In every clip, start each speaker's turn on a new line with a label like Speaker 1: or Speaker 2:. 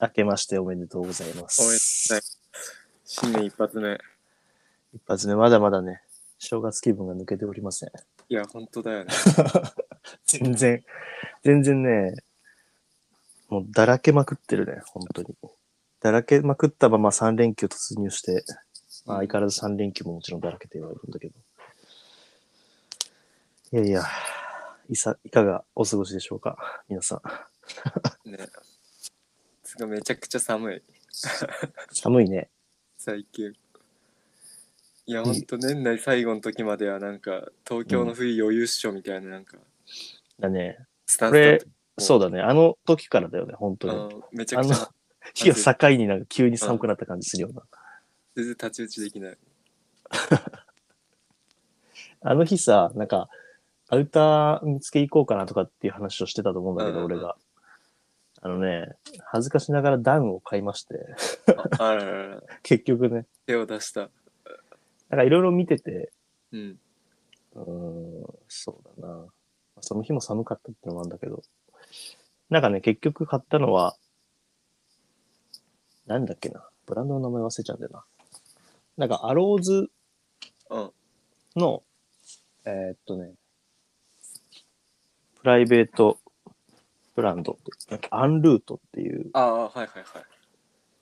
Speaker 1: 明けましておめでとうございます。
Speaker 2: おめでとうござい新年一発目。
Speaker 1: 一発目、まだまだね、正月気分が抜けておりません。
Speaker 2: いや、本当 だよね。
Speaker 1: 全然、全然ね、もうだらけまくってるね、本当に。だらけまくったまま3連休突入して、まあ、相変わらず3連休ももちろんだらけてはいるんだけど。いやいや、いさ、いかがお過ごしでしょうか、皆さん。
Speaker 2: ね。つうかめちゃくちゃ寒い。
Speaker 1: 寒いね。
Speaker 2: 最近。いや、ほんと年内最後の時まではなんか、東京の冬余裕っしょみたいななんか、
Speaker 1: だね。
Speaker 2: スタン
Speaker 1: これ
Speaker 2: スだっ
Speaker 1: そうだね。あの時からだよね、本
Speaker 2: た
Speaker 1: 当に。
Speaker 2: うんめちゃ
Speaker 1: あ
Speaker 2: くち
Speaker 1: の
Speaker 2: ゃ、
Speaker 1: 日を境になんか急に寒くなった感じするような。
Speaker 2: 全然太刀打ちできない。
Speaker 1: あの日さ、なんか、アウター見つけ行こうかなとかっていう話をしてたと思うんだけ
Speaker 2: うん
Speaker 1: ど、
Speaker 2: うんうん
Speaker 1: 俺が。あのね、恥ずかしながらダウンを買いまして、
Speaker 2: ああららら、
Speaker 1: 結局ね、
Speaker 2: 手を出した。
Speaker 1: なんかいろいろ見てて、
Speaker 2: うん。
Speaker 1: うーん、そうだな。その日も寒かったってのもあるんだけど、なんかね、結局買ったのは、なんだっけな、ブランドの名前忘れちゃうんだよな。なんか、アローズ
Speaker 2: うん。
Speaker 1: の、えーっとね、プライベートブランド、アンルートっていう、
Speaker 2: ああ、はいはいはい。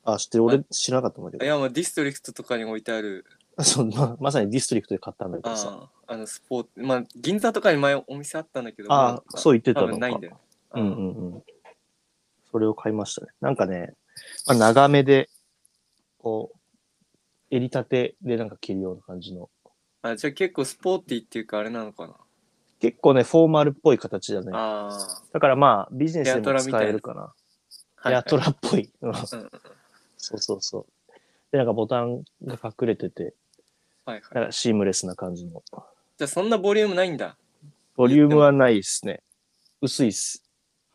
Speaker 1: あ、知ってる、俺知らなかったんだ
Speaker 2: い
Speaker 1: け
Speaker 2: や、まあ、ディストリクトとかに置いてある、
Speaker 1: ど、 そうままさにディストリクトで買ったんだけどさ、
Speaker 2: ああ、あの、スポーツ、まあ、銀座とかに前お店あったんだけど、
Speaker 1: ああ、そう
Speaker 2: う
Speaker 1: 言ってた
Speaker 2: 多
Speaker 1: の
Speaker 2: 分
Speaker 1: か。
Speaker 2: ないんだよね。
Speaker 1: うんうんうん。それを買いましたね。なんかね、まあ、長めで、こう、襟立てでなんか着るような感じの、
Speaker 2: あ、じゃあ結構スポーティーっていうかあれなのかな。
Speaker 1: 結構ね、フォーマルっぽい形だね。
Speaker 2: あ
Speaker 1: だからまあ、ビジネスで
Speaker 2: エアト
Speaker 1: も
Speaker 2: ラみたい
Speaker 1: 使
Speaker 2: な
Speaker 1: えるかな。
Speaker 2: あ。
Speaker 1: エアトラっぽい。うん
Speaker 2: はいはい。うん
Speaker 1: そうそうそう。で、なんかボタンが隠れてて、
Speaker 2: はい
Speaker 1: な
Speaker 2: はい。
Speaker 1: んかシームレスな感じの。
Speaker 2: じゃあそんなボリュームないんだ。
Speaker 1: ボリュームはないですね。薄いっす。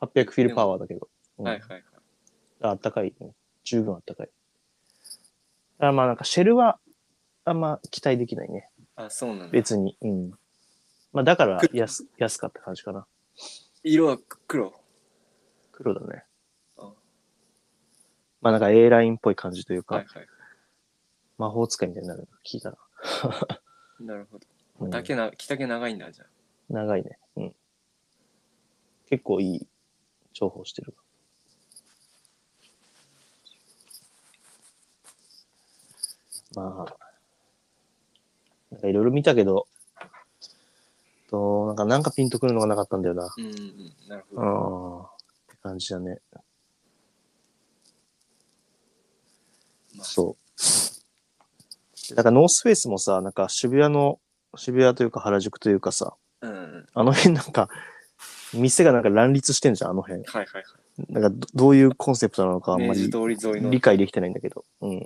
Speaker 1: 800フィルパワーだけど。うん
Speaker 2: はいはいはい。
Speaker 1: あったかい、ね。十分あったかい。だからまあなんかシェルはあんま期待できないね。
Speaker 2: あ、そうなんだ。
Speaker 1: 別に。うん。まあだから安安かった感じかな。
Speaker 2: 色は黒。
Speaker 1: 黒だね
Speaker 2: あ。
Speaker 1: まあなんか A ラインっぽい感じというか、
Speaker 2: はいはい。
Speaker 1: 魔法使いみたいになるの聞いたら。
Speaker 2: なるほど。
Speaker 1: うん
Speaker 2: だけな、着丈長いんだじゃあ。
Speaker 1: 長いね。うん。結構いい重宝してる。まあ、なんかいろいろ見たけど、となんか、なんかピンとくるのがなかったんだよな。
Speaker 2: うんうん。なるほ
Speaker 1: う
Speaker 2: ど。
Speaker 1: ん。って感じだね。
Speaker 2: まあ
Speaker 1: そう。だからノースフェイスもさ、なんか渋谷の、渋谷というか原宿というかさ、
Speaker 2: うんうん。
Speaker 1: あの辺なんか、店がなんか乱立してんじゃん、あの辺。
Speaker 2: はいはいは
Speaker 1: なんかどどういうコンセプトなのかあん
Speaker 2: い。
Speaker 1: ま
Speaker 2: 明治
Speaker 1: り
Speaker 2: 通り沿いの。
Speaker 1: 理解できてないんだけど。うん。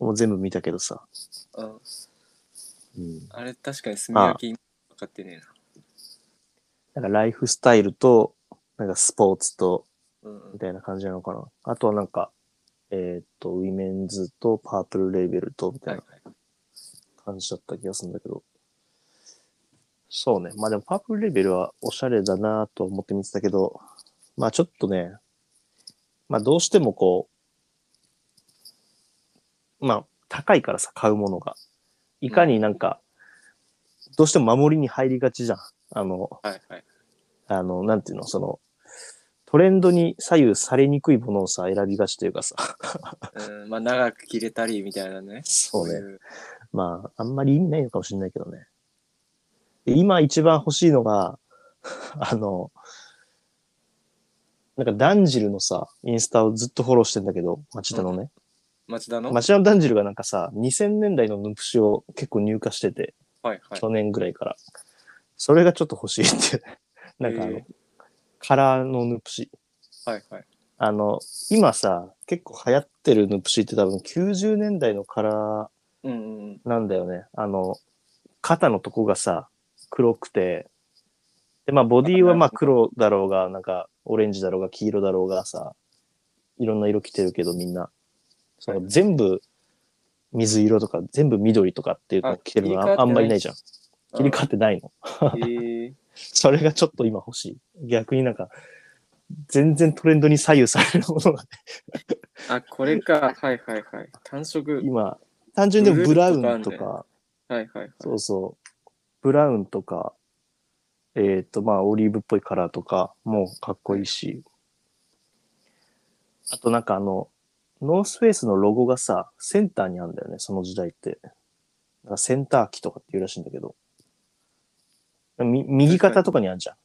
Speaker 1: もう全部見たけどさ。
Speaker 2: うん
Speaker 1: うん。
Speaker 2: あれ確かに炭焼き分かってね
Speaker 1: なんかライフスタイルと、なんかスポーツと、
Speaker 2: えな。うんうん
Speaker 1: み。たいな感じなのかな。あとはなんか、えーっと、ウィメンズとパープルレーベルと、みた
Speaker 2: はいい
Speaker 1: な
Speaker 2: はい。
Speaker 1: 感じだった気がするんだけど。そうね。まあでもパープルレーベルはおしゃれだなと思って見てたけど、まあちょっとね、まあどうしてもこう、まあ高いからさ、買うものが。いかになんか、どうしても守りに入りがちじゃん。あの、
Speaker 2: はいはい。
Speaker 1: あの、なんていうの、その、トレンドに左右されにくいものをさ、選びがちというかさ、
Speaker 2: うん。まあ長く着れたりみたいなね。
Speaker 1: そうね。
Speaker 2: いう。
Speaker 1: まあ、あんまり意味ないのかもしれないけどね。で今一番欲しいのが、 あの、なんかダンジルのさ、インスタをずっとフォローしてんだけど、町田のね。
Speaker 2: 町田のはい
Speaker 1: 町田のダンジルがなんかさ、2000年代のヌプシを結構入荷してて、
Speaker 2: はい。
Speaker 1: 去年ぐらいから。それがちょっと欲しいって。 なんかあの、
Speaker 2: へえ
Speaker 1: カラーのヌプシ。
Speaker 2: はいはい。
Speaker 1: あの、今さ、結構流行ってるヌプシって多分90年代のカラー、
Speaker 2: うんうんうん。
Speaker 1: なんだよね。あの、肩のとこがさ、黒くて、で、まあ、ボディはまあ黒だろうが、なんか、オレンジだろうが、黄色だろうがさ、いろんな色着てるけど、みんな。そ
Speaker 2: は
Speaker 1: の
Speaker 2: い
Speaker 1: 全部、水色とか、全部緑とかっていうのを着てるのはああんまりないじゃん。切り替わってないの。
Speaker 2: ええ
Speaker 1: それがちょっと今欲しい。逆になんか、全然トレンドに左右されるものが、
Speaker 2: あ、これか。はいはいはい。単色。
Speaker 1: 今、単純にでもブラウン
Speaker 2: ブルー
Speaker 1: と
Speaker 2: とかあん
Speaker 1: か、
Speaker 2: はいはいはい。
Speaker 1: そうそう、ブラウンとか、えっ、と、まあ、オリーブっぽいカラーとかもかっこいいし、あとなんかあの、ノースフェイスのロゴがさ、センターにあるんだよね、その時代って。なんかセンター機とかっていうらしいんだけど、み右肩とかにあるじゃん。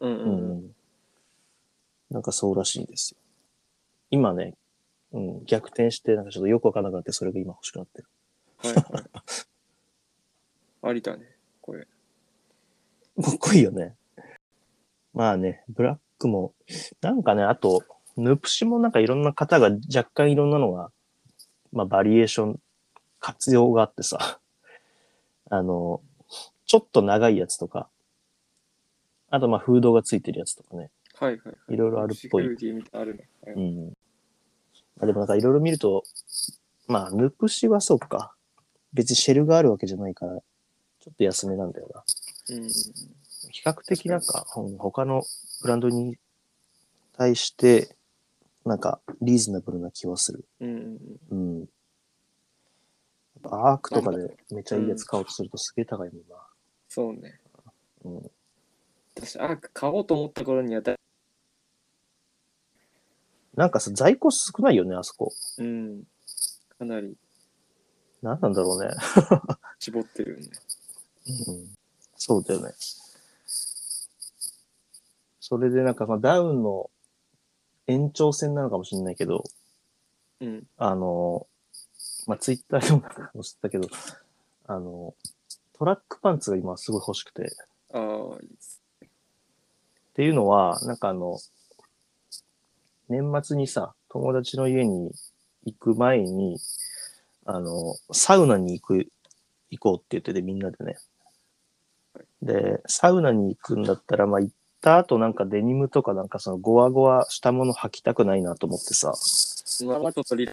Speaker 2: うんう
Speaker 1: うん
Speaker 2: うん。
Speaker 1: んなんかそうらしいですよ。今ね、うん、逆転して、なんかちょっとよくわからなくなって、それが今欲しくなってる。
Speaker 2: はいはい。ありだね。これ。
Speaker 1: かっこいいよね。まあね、ブラックも、なんかね、あと、ヌプシもなんかいろんな方が若干いろんなのが、まあバリエーション、活用があってさ、 あの、ちょっと長いやつとか、あとまあフードがついてるやつとかね、
Speaker 2: はいはいはい。
Speaker 1: いろいろあるっぽい
Speaker 2: シク。ルディみたいなのあるね。はい
Speaker 1: うん。まあでもなんかいろいろ見ると、まあ、ヌプシはそうか。別にシェルがあるわけじゃないから、ちょっと安めなんだよな。
Speaker 2: うん。
Speaker 1: 比較的なんか、うん他のブランドに対して、なんかリーズナブルな気はする。
Speaker 2: うんうんうん。
Speaker 1: うん。やっぱアークとかでめっちゃいいやつ買おうとするとすげえ高いもんな。
Speaker 2: そうね。
Speaker 1: うん。
Speaker 2: 私、アーク買おうと思った頃にはだ、
Speaker 1: なんかさ、在庫少ないよね、あそこ。
Speaker 2: うん。かなり
Speaker 1: なんなんだろうね。
Speaker 2: 絞ってるよね。
Speaker 1: うんそうだよね。それでなんか、まあ、ダウンの延長線なのかもしれないけど、
Speaker 2: うん。
Speaker 1: あの、まあ、ツイッターでもなんか載せてたけど、あの、トラックパンツが今すごい欲しくて、っ
Speaker 2: ああ、いいです。
Speaker 1: ていうのは、なんかあの、年末にさ、友達の家に行く前に、あの、サウナに行く、行こうって言っててみんなでね。で、サウナに行くんだったら、まあ、行った後なんかデニムとかなんかそのゴワゴワしたもの履きたくないなと思ってさ、
Speaker 2: まあ、ちょっとリ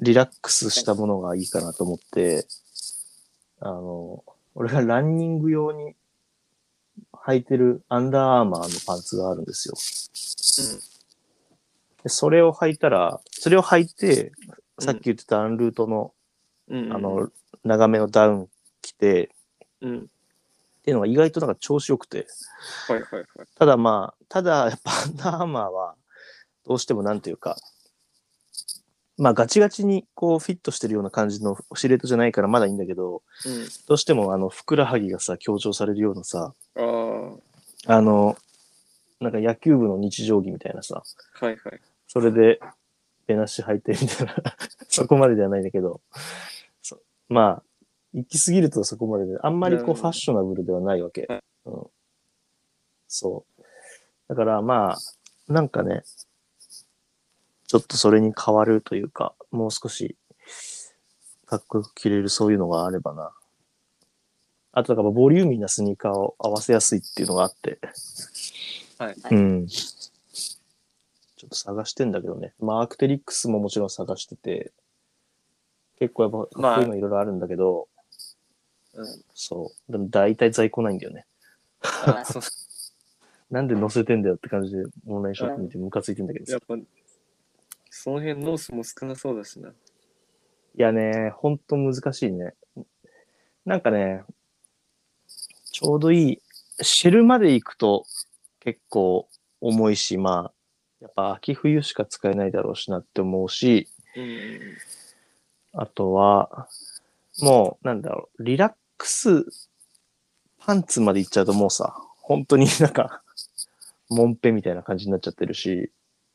Speaker 1: リラックスしたものがいいかなと思って、あの、俺がランニング用に履いてるアンダーアーマーのパンツがあるんですよ。でそれを履いたら、それを履いて、さっき言ってたアンルートの、
Speaker 2: うん。うん
Speaker 1: あ、の、長めのダウン着て、っ
Speaker 2: うん。
Speaker 1: ていうのが意外となんか調子良くて、
Speaker 2: はいはいはい。
Speaker 1: ただまあ、ただやっぱアンダーアーマーは、どうしてもなんていうか、まあガチガチにこうフィットしてるような感じのシルエットじゃないからまだいいんだけど、
Speaker 2: うん。
Speaker 1: どうしてもあの、ふくらはぎがさ、強調されるようなさ、
Speaker 2: ああ、は
Speaker 1: あの、なんか野球部の日常着みたいなさ、
Speaker 2: いはい。
Speaker 1: それで、べなし履いてみたいな、 そこまでではないんだけど、そまあ、行き過ぎるとそこまでで、あんまりこ
Speaker 2: なるほ
Speaker 1: う
Speaker 2: ど
Speaker 1: ファッショナブルではないわけ
Speaker 2: はい。
Speaker 1: うん、そう。だからまあ、なんかね、ちょっとそれに変わるというか、もう少し、かっこよく着れるそういうのがあればな。あと、だからボリューミーなスニーカーを合わせやすいっていうのがあって。
Speaker 2: はい。
Speaker 1: うん。ちょっと探してんだけどね。まあ、アークテリックスももちろん探してて、結構やっぱ、
Speaker 2: まあ
Speaker 1: かっこいいのいろいろあるんだけど、
Speaker 2: うん、
Speaker 1: そう。でも大体在庫ないんだよね。
Speaker 2: ああ、そう。
Speaker 1: なんで載せてんだよって感じで、オンラインショップ見てムカついてんだけどさ
Speaker 2: やっぱ、その辺ノースも少なそうだしな。
Speaker 1: いやね、ほんと難しいね。なんかね、ちょうどいい、シェルまで行くと結構重いし、まあ、やっぱ秋冬しか使えないだろうしなって思うし、
Speaker 2: うんうん
Speaker 1: あとは、もう、なんだろう、リラックスパンツまで行っちゃうともうさ、本当になんか、もんぺみたいな感じになっちゃってるし、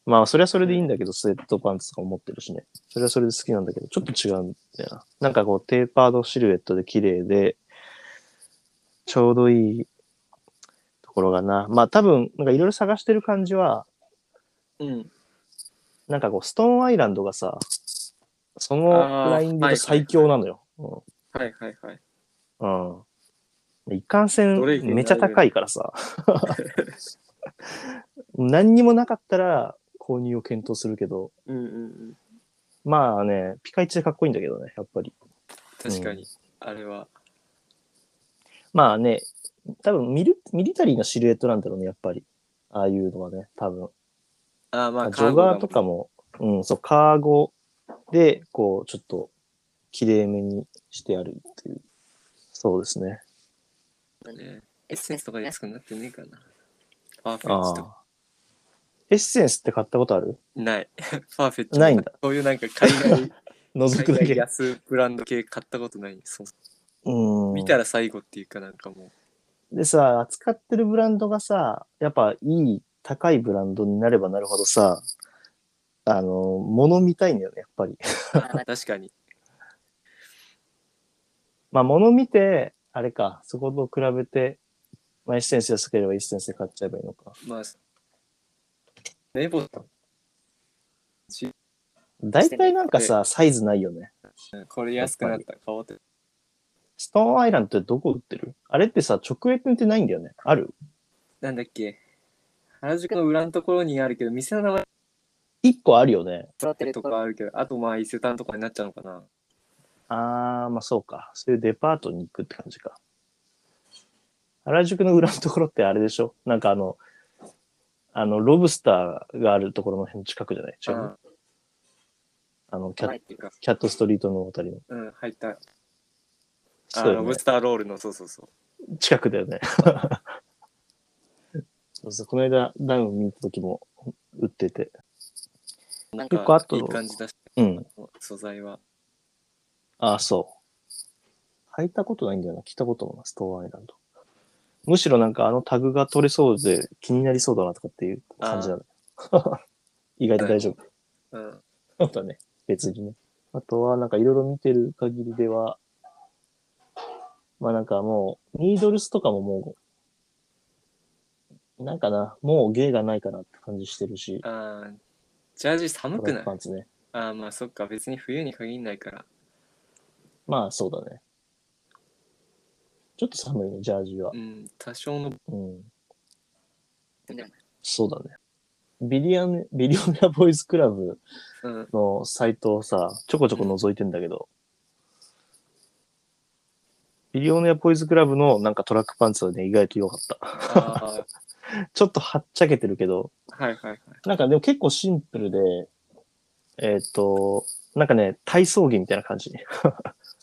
Speaker 1: まあ、それはそれでいいんだけど、スウェットパンツとかも持ってるしね。それはそれで好きなんだけど、ちょっと違うんだよな。なんかこう、テーパードシルエットで綺麗で、ちょうどいいところがな。まあ、多分、なんかいろいろ探してる感じは、
Speaker 2: うん。うん。
Speaker 1: なんかこう、ストーンアイランドがさ、そ
Speaker 2: あ
Speaker 1: の
Speaker 2: ー
Speaker 1: ラインで言うと最強なのよ。うん
Speaker 2: はいはいはい。
Speaker 1: うん。いかんせん
Speaker 2: どれ以外
Speaker 1: めちゃ高いからさ。何にもなかったら購入を検討するけど、
Speaker 2: うんうんうん。
Speaker 1: まあね、ピカイチでかっこいいんだけどね、やっぱり。
Speaker 2: 確かに、あれは。
Speaker 1: まあね、多分ミルミリタリーなシルエットなんだろうね、やっぱり。ああいうのはね、多分。
Speaker 2: ああ、まあ、
Speaker 1: ジョガーとかも、うん、そう、カーゴで、こう、ちょっと、きれいめにしてあるっていう。そうですね。
Speaker 2: カーゴだもんね。エッセンスとかで安くなってねえかな。パーフェ
Speaker 1: あ
Speaker 2: ッ
Speaker 1: あ
Speaker 2: チとか。
Speaker 1: エッセンスって買ったことある
Speaker 2: ない。 パーフェッチ。
Speaker 1: ないんだ。
Speaker 2: そういうなんか 海外、
Speaker 1: 覗くだ
Speaker 2: 海外
Speaker 1: け。
Speaker 2: 安ブランド系買ったことない。そう
Speaker 1: うん。
Speaker 2: 見たら最後っていうかなんか も
Speaker 1: でさ、扱ってるブランドがさ、やっぱいい、高いブランドになればなるほどさ、あの、物見たいんだよね、やっぱり。
Speaker 2: う。確かに。
Speaker 1: まあ、物見て、あれか、そこと比べて、まあ、エッセンス安ければエッセンスで買っちゃえばいいのか。
Speaker 2: まあ、ネボ
Speaker 1: 大体なんかさ、サイズないよね。
Speaker 2: これ安くなった。買おうって。
Speaker 1: ストーンアイランドってどこ売ってるあれってさ、直営店ってないんだよね。ある
Speaker 2: なんだっけ原宿の裏のところにあるけど、店の名前
Speaker 1: 一個あるよね。
Speaker 3: 揃ってる
Speaker 2: と
Speaker 3: ところ
Speaker 2: かあるけど、あとまあ伊勢丹とかになっちゃうのかな。
Speaker 1: あー、まあそうか。そういうデパートに行くって感じか。原宿の裏のところってあれでしょなんかあの、あの、ロブスターがあるところの辺近くじゃない違う
Speaker 2: あ
Speaker 1: あのキャ、
Speaker 3: はい
Speaker 2: ていうか、
Speaker 1: キャットストリートのあたりの。
Speaker 2: うん、入った。あ、
Speaker 1: そうよ
Speaker 2: ロ
Speaker 1: ね
Speaker 2: ブスターロールの、そうそうそう。
Speaker 1: 近くだよね。 そうそうこの間ダウン見た時も売ってて。
Speaker 2: なん
Speaker 1: 結構あ
Speaker 2: か
Speaker 1: と
Speaker 2: いい感じだし、
Speaker 1: うん。
Speaker 2: 素材は。
Speaker 1: ああ、そう。履いたことないんだよな。着たこともな、ストーンアイランド。むしろなんかあのタグが取れそうで気になりそうだなとかっていう感じなの。意外と大丈夫。
Speaker 2: うん。
Speaker 1: そうだね。別にね。あとはなんかいろいろ見てる限りでは、まあなんかもう、ニードルスとかももう、なんかな、もう芸がないかなって感じしてるし、
Speaker 2: あージャージ寒
Speaker 1: ト
Speaker 2: く
Speaker 1: ラック
Speaker 2: ない
Speaker 1: パンツね。
Speaker 2: ああ、まあそっか、別に冬に限んないから。
Speaker 1: まあそうだね。ちょっと寒いね、ジャージは
Speaker 2: う。ん、多少の、
Speaker 1: うん。
Speaker 3: うん
Speaker 1: そうだね。ビリアネ、ビリオネアボーイズクラブ
Speaker 2: うん、
Speaker 1: のサイトをさ、ちょこちょこ覗いてんだけど、ビリオネアボーイズクラブのなんかトラックパンツはね、意外と良かった。
Speaker 2: あ
Speaker 1: ちょっとはっちゃけてるけど、
Speaker 2: あ、はいはいはい。
Speaker 1: なんかでも結構シンプルで、えっ、と、なんかね、体操着みたいな感じ。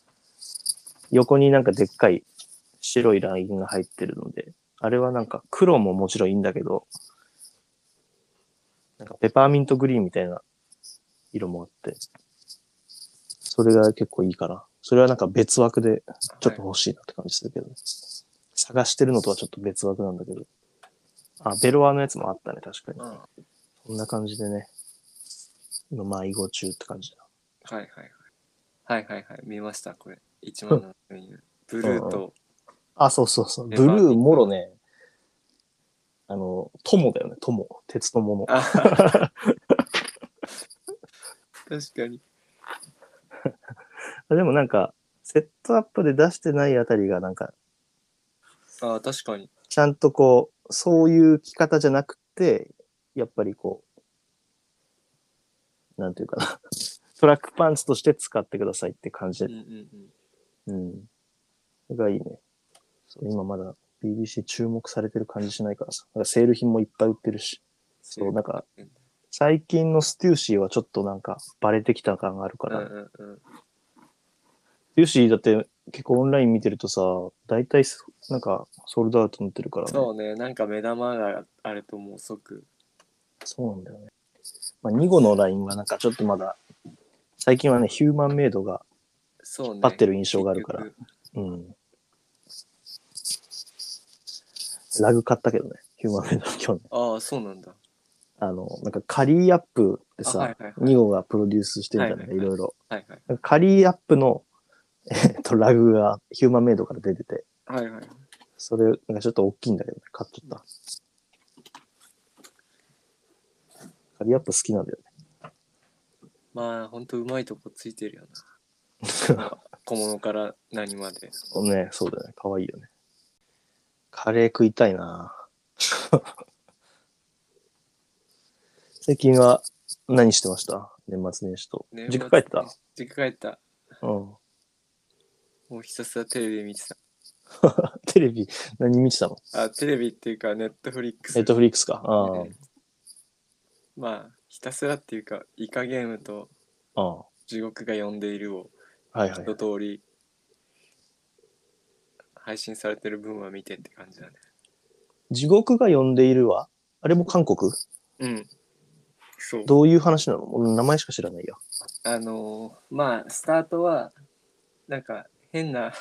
Speaker 1: 横になんかでっかい白いラインが入ってるので、あれはなんか黒ももちろんいいんだけど、なんかペパーミントグリーンみたいな色もあって、それが結構いいかな。それはなんか別枠でちょっと欲しいなって感じするけど、探してるのとはちょっと別枠なんだけど。あ、ベロワのやつもあったね、確かに。
Speaker 2: はい、
Speaker 1: こんな感じでね、今迷子中って感じだ。
Speaker 2: うんはいはいはい。はいはいはい、見ました、これ。1万7000円。ブルーと、
Speaker 1: あ、そうそうそう。ブ
Speaker 2: ペ
Speaker 1: ル
Speaker 2: パーミント
Speaker 1: ーもろね、あの、友だよね、友。鉄のもの。
Speaker 2: あ確かに。
Speaker 1: でもなんか、セットアップで出してないあたりがなんか、
Speaker 2: ああ、確かに。
Speaker 1: ちゃんとこう、そういう着方じゃなくて、やっぱりこう、なんていうかな、 トラックパンツとして使ってくださいって感じ
Speaker 2: うん
Speaker 1: で
Speaker 2: うんうん。
Speaker 1: うん。それがいいね。そう今まだ BBC 注目されてる感じしないからさ。なんかセール品もいっぱい売ってるし。そう、なんか
Speaker 2: うん、
Speaker 1: 最近のステューシーはちょっとなんかバレてきた感があるか
Speaker 2: うん
Speaker 1: ら。
Speaker 2: うんうん。
Speaker 1: ステューシーだって結構オンライン見てるとさ、大体そなんかソールドアウトになってるから、ね。
Speaker 2: そうね、なんか目玉があるともう即。
Speaker 1: そうなんだよね。まあ、2号のラインはなんかちょっとまだ、最近はね、ヒューマンメイドが
Speaker 2: そうね。
Speaker 1: 張ってる印象があるから
Speaker 2: 結局
Speaker 1: うん。ラグ買ったけどね、ヒューマンメイドの今日ね。
Speaker 2: ああ、そうなんだ。
Speaker 1: あの、なんかカリーアップで
Speaker 2: あはい
Speaker 1: さ
Speaker 2: はいはい、
Speaker 1: ニゴがプロデュースしてるじゃない
Speaker 2: はい
Speaker 1: い
Speaker 2: はい
Speaker 1: ろいろ。
Speaker 2: はいはい。
Speaker 1: なんかカリーアップの、 えっと、ラグがヒューマンメイドから出てて、
Speaker 2: はいはい。
Speaker 1: それ、なんかちょっと大きいんだけどね、買っちゃった。カリーアップ好きなんだよね。
Speaker 2: まあ、ほんとうまいとこついてるよ な。小物から何まで。
Speaker 1: このね、そうだよね、可愛いよね。カレー食いたいな 最近は何してました年末年始と。
Speaker 2: ね
Speaker 1: 実家帰ってた
Speaker 2: 実家帰った。
Speaker 1: うん。
Speaker 2: もうひたすらテレビ見てた。
Speaker 1: テレビ、何見てたの
Speaker 2: あ、テレビっていうか、ネットフリックス。
Speaker 1: ネットフリックスか。あ
Speaker 2: うんまあ、ひたすらっていうか、イカゲームと
Speaker 1: あ、ああ
Speaker 2: 地獄が呼んでいるを
Speaker 1: はいはい。
Speaker 2: 一通り配信されてる分は見てって感じだね。
Speaker 1: 地獄が呼んでいるわ。あれも韓国
Speaker 2: うん。そう。
Speaker 1: どういう話なの俺名前しか知らないや。
Speaker 2: あのーまあ、スタートは、なんか変な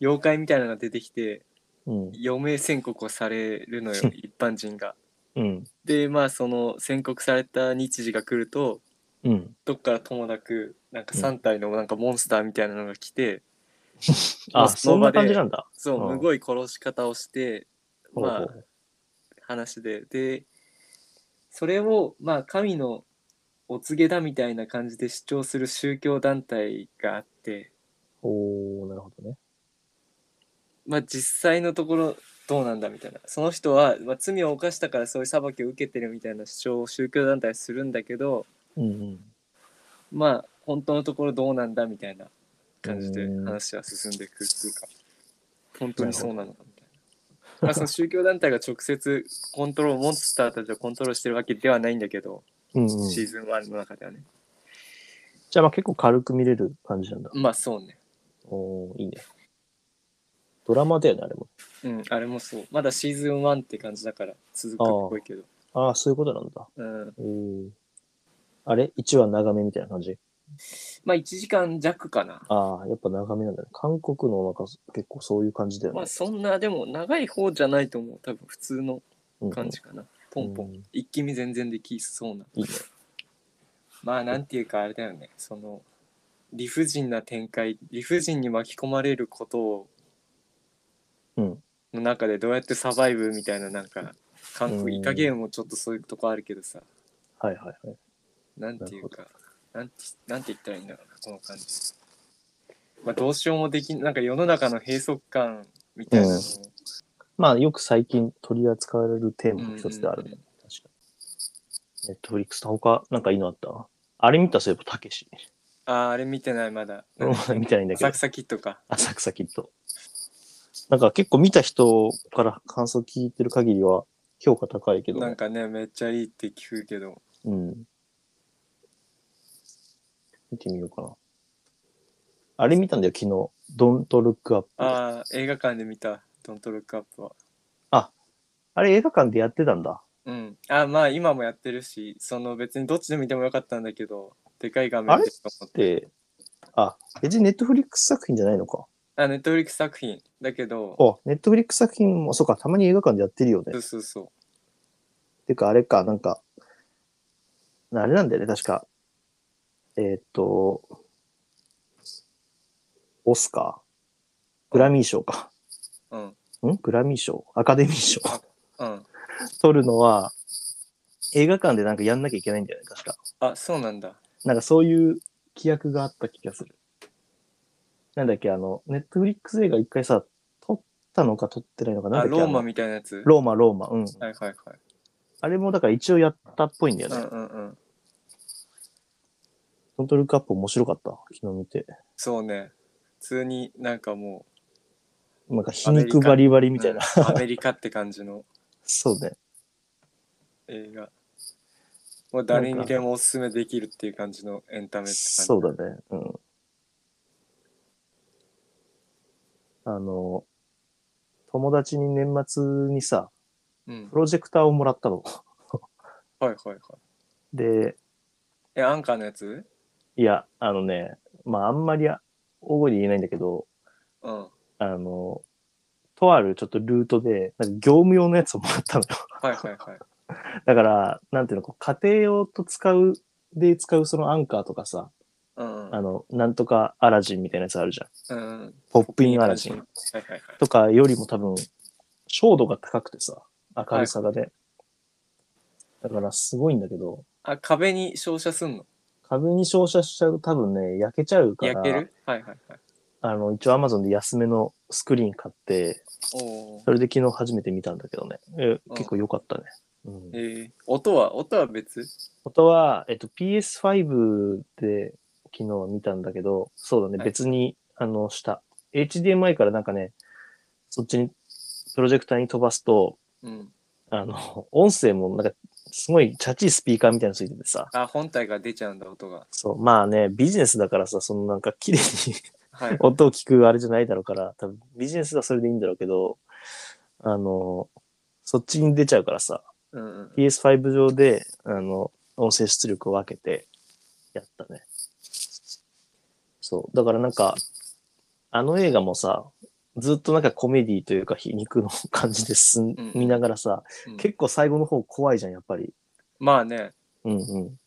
Speaker 2: 妖怪みたいなのが出てきて、
Speaker 1: うん。
Speaker 2: 余命宣告をされるのよ、一般人が。
Speaker 1: うん。
Speaker 2: で、まあ、その宣告された日時が来ると、
Speaker 1: うん。
Speaker 2: どっからともなく、なんか3体のなんかモンスターみたいなのが来て、
Speaker 1: あ、
Speaker 2: そ
Speaker 1: そ
Speaker 2: の
Speaker 1: んな
Speaker 2: 場で
Speaker 1: 感じなんだ。
Speaker 2: そうう、
Speaker 1: ん
Speaker 2: むごい殺し方をして、ま
Speaker 1: ほ
Speaker 2: あ
Speaker 1: う、ほう
Speaker 2: 話で。で、それを、まあ、神のお告げだみたいな感じで主張する宗教団体があって、
Speaker 1: ほうなるほどね。
Speaker 2: まあ、実際のところどうなんだみたいな。その人は、まあ、罪を犯したからそういう裁きを受けてるみたいな主張を宗教団体はするんだけど、
Speaker 1: うんうん。
Speaker 2: まあ、本当のところどうなんだみたいな感じで話は進んでいくっていうか、本当にそうなのかみたいな。まあ、その宗教団体が直接コントロール、モンスターたちをコントロールしてるわけではないんだけど、
Speaker 1: うんうん、じ
Speaker 2: シーズン1の中ではね。
Speaker 1: ゃあまあ結構軽く見れる感じなんだ。
Speaker 2: まあそうね。
Speaker 1: おーいいね。ドラマだよね、あれも。
Speaker 2: うん、あれもそう。まだシーズン1って感じだから続くっぽいけど。
Speaker 1: ああ、そういうことなんだ。
Speaker 2: うん、
Speaker 1: おーあれ ?1 話長めみたいな感じ
Speaker 2: まあ1時間弱かな。
Speaker 1: ああ、やっぱ長めなんだね。韓国のなんか結構そういう感じだよね。
Speaker 2: まあそんな、でも長い方じゃないと思う。多分普通の
Speaker 1: うんうん
Speaker 2: 感じかな。ポンポ
Speaker 1: うん
Speaker 2: ン。一気見全然できそうな。
Speaker 1: いいね。
Speaker 2: まあなんていうかあれだよねその理不尽な展開理不尽に巻き込まれることを
Speaker 1: うん
Speaker 2: の中でどうやってサバイブみたいななんか韓
Speaker 1: うん
Speaker 2: 国イカゲームもちょっとそういうとこあるけどさ
Speaker 1: はいはいはい。
Speaker 2: なんていうかなんてなんて言ったらいいんだろうなこの感じ、まあ、どうしようもできんなんか世の中の閉塞感みたいなのを、
Speaker 1: まあよく最近取り扱われるテーマの一つであるね。
Speaker 2: うんうん
Speaker 1: 確かに。ネットフリックスの他、なんかいいのあったあれ見たそういえば、たけし。
Speaker 2: あーあれ見てないまだ
Speaker 1: 俺まだ見てないんだけど
Speaker 2: 浅。草キッドか
Speaker 1: 浅草キッド。なんか結構見た人から感想聞いてる限りは評価高いけど、
Speaker 2: なん
Speaker 1: ね、
Speaker 2: かねめっちゃいいって聞くけど
Speaker 1: うん。見てみようかな。あれ見たんだよ、昨日。Don't Look Up。あ
Speaker 2: ああ映画館で見た「ドントロックアップは
Speaker 1: れ映画館でやってたんだ。
Speaker 2: うん。あ、まあ今もやってるし、その別にどっちで見てもよかったんだけど、でかい画面でと思って。
Speaker 1: で、あ、別にネットフリックス作品じゃないのか。
Speaker 2: あ、ネットフリックス作品だけど、
Speaker 1: あ、ネットフリックス作品も、そうか、たまに映画館でやってるよね
Speaker 2: そう。そうそ
Speaker 1: てか、あれか、なんか、あれなんだよね、確か。えーっと、オスカー、グラミー賞か。
Speaker 2: う。うん。
Speaker 1: んグラミー賞アカデミー賞
Speaker 2: うん。
Speaker 1: 取るのは、映画館でなんかやんなきゃいけないんだよね、確か。
Speaker 2: あ、そうなんだ。
Speaker 1: なんかそういう規約があった気がする。なんだっけ、あの、ネットフリックス映画一回さ、撮ったのか撮ってないのかなん
Speaker 2: あ、
Speaker 1: だっけ
Speaker 2: ローマ
Speaker 1: あの
Speaker 2: みたいなやつ
Speaker 1: ローマ、ローマ。うん。
Speaker 2: はいはいはい。
Speaker 1: あれもだから一応やったっぽいんだよ
Speaker 2: う
Speaker 1: ね。
Speaker 2: んうんうん。
Speaker 1: コントロールカップ面白かった。昨日見て。
Speaker 2: そうね。普通になんかも
Speaker 1: なんか皮肉バリバリ
Speaker 2: う、
Speaker 1: みたいな。
Speaker 2: うんアメリカって感じの
Speaker 1: そうね。
Speaker 2: 映画。もう誰にでもおすすめできるっていう感じのエンタメって感じ。
Speaker 1: そうだね。うん。あの、友達に年末にさ、
Speaker 2: うん。
Speaker 1: プロジェクターをもらったの。
Speaker 2: はいはいはい。
Speaker 1: で、
Speaker 2: え、アンカーのやつ
Speaker 1: いや、あのね、まああんまり大声で言えないんだけど、
Speaker 2: うん。は
Speaker 1: あの、とあるちょっとルートで、なんか業務用のやつをもらったのよ。
Speaker 2: いはいはい。
Speaker 1: だから、なんていうの、こう家庭用と使う、で使うそのアンカーとかさ、
Speaker 2: うんう
Speaker 1: あ
Speaker 2: ん。
Speaker 1: の、なんとかアラジンみたいなやつあるじゃん。
Speaker 2: うんうん。
Speaker 1: ポップインアラジン
Speaker 2: はいはいはい。
Speaker 1: とかよりも多分、照度が高くてさ、明るさがね。だからすごいんだけど、
Speaker 2: あ、壁に照射すんの
Speaker 1: 壁に照射しちゃうと多分ね、焼けちゃうから、
Speaker 2: 焼けるはいはいはい。
Speaker 1: あの、一応 Amazon で安めのスクリーン買って、
Speaker 2: おお
Speaker 1: そ。れで昨日初めて見たんだけどね。え
Speaker 2: うん
Speaker 1: 結構良かったね。うん
Speaker 2: え、ー、音は、音は別
Speaker 1: あとは、えっと、PS5 で昨日は見たんだけど、そうだね、
Speaker 2: はい
Speaker 1: 別に、あの、した。HDMI からなんかね、そっちに、プロジェクターに飛ばすと、
Speaker 2: うん。
Speaker 1: あの、 音声もなんか、すごいチャチいスピーカーみたいなのついててさ、
Speaker 2: あ、本体が出ちゃうんだ、音が。
Speaker 1: そう、まあね、ビジネスだからさ、そのなんか綺麗に
Speaker 2: はい。
Speaker 1: 音を聞くあれじゃないだろうから、多分ビジネスはそれでいいんだろうけど、あの、そっちに出ちゃうからさ、
Speaker 2: うんうん。
Speaker 1: PS5 上で、あの、音声出力を分けてやったね。そう。だからなんか、あの映画もさ、ずっとなんかコメディというか皮肉の感じで進
Speaker 2: うん
Speaker 1: みながらさ、
Speaker 2: うん
Speaker 1: 結構最後の方怖いじゃん、やっぱり。
Speaker 2: まあね、
Speaker 1: うんうん。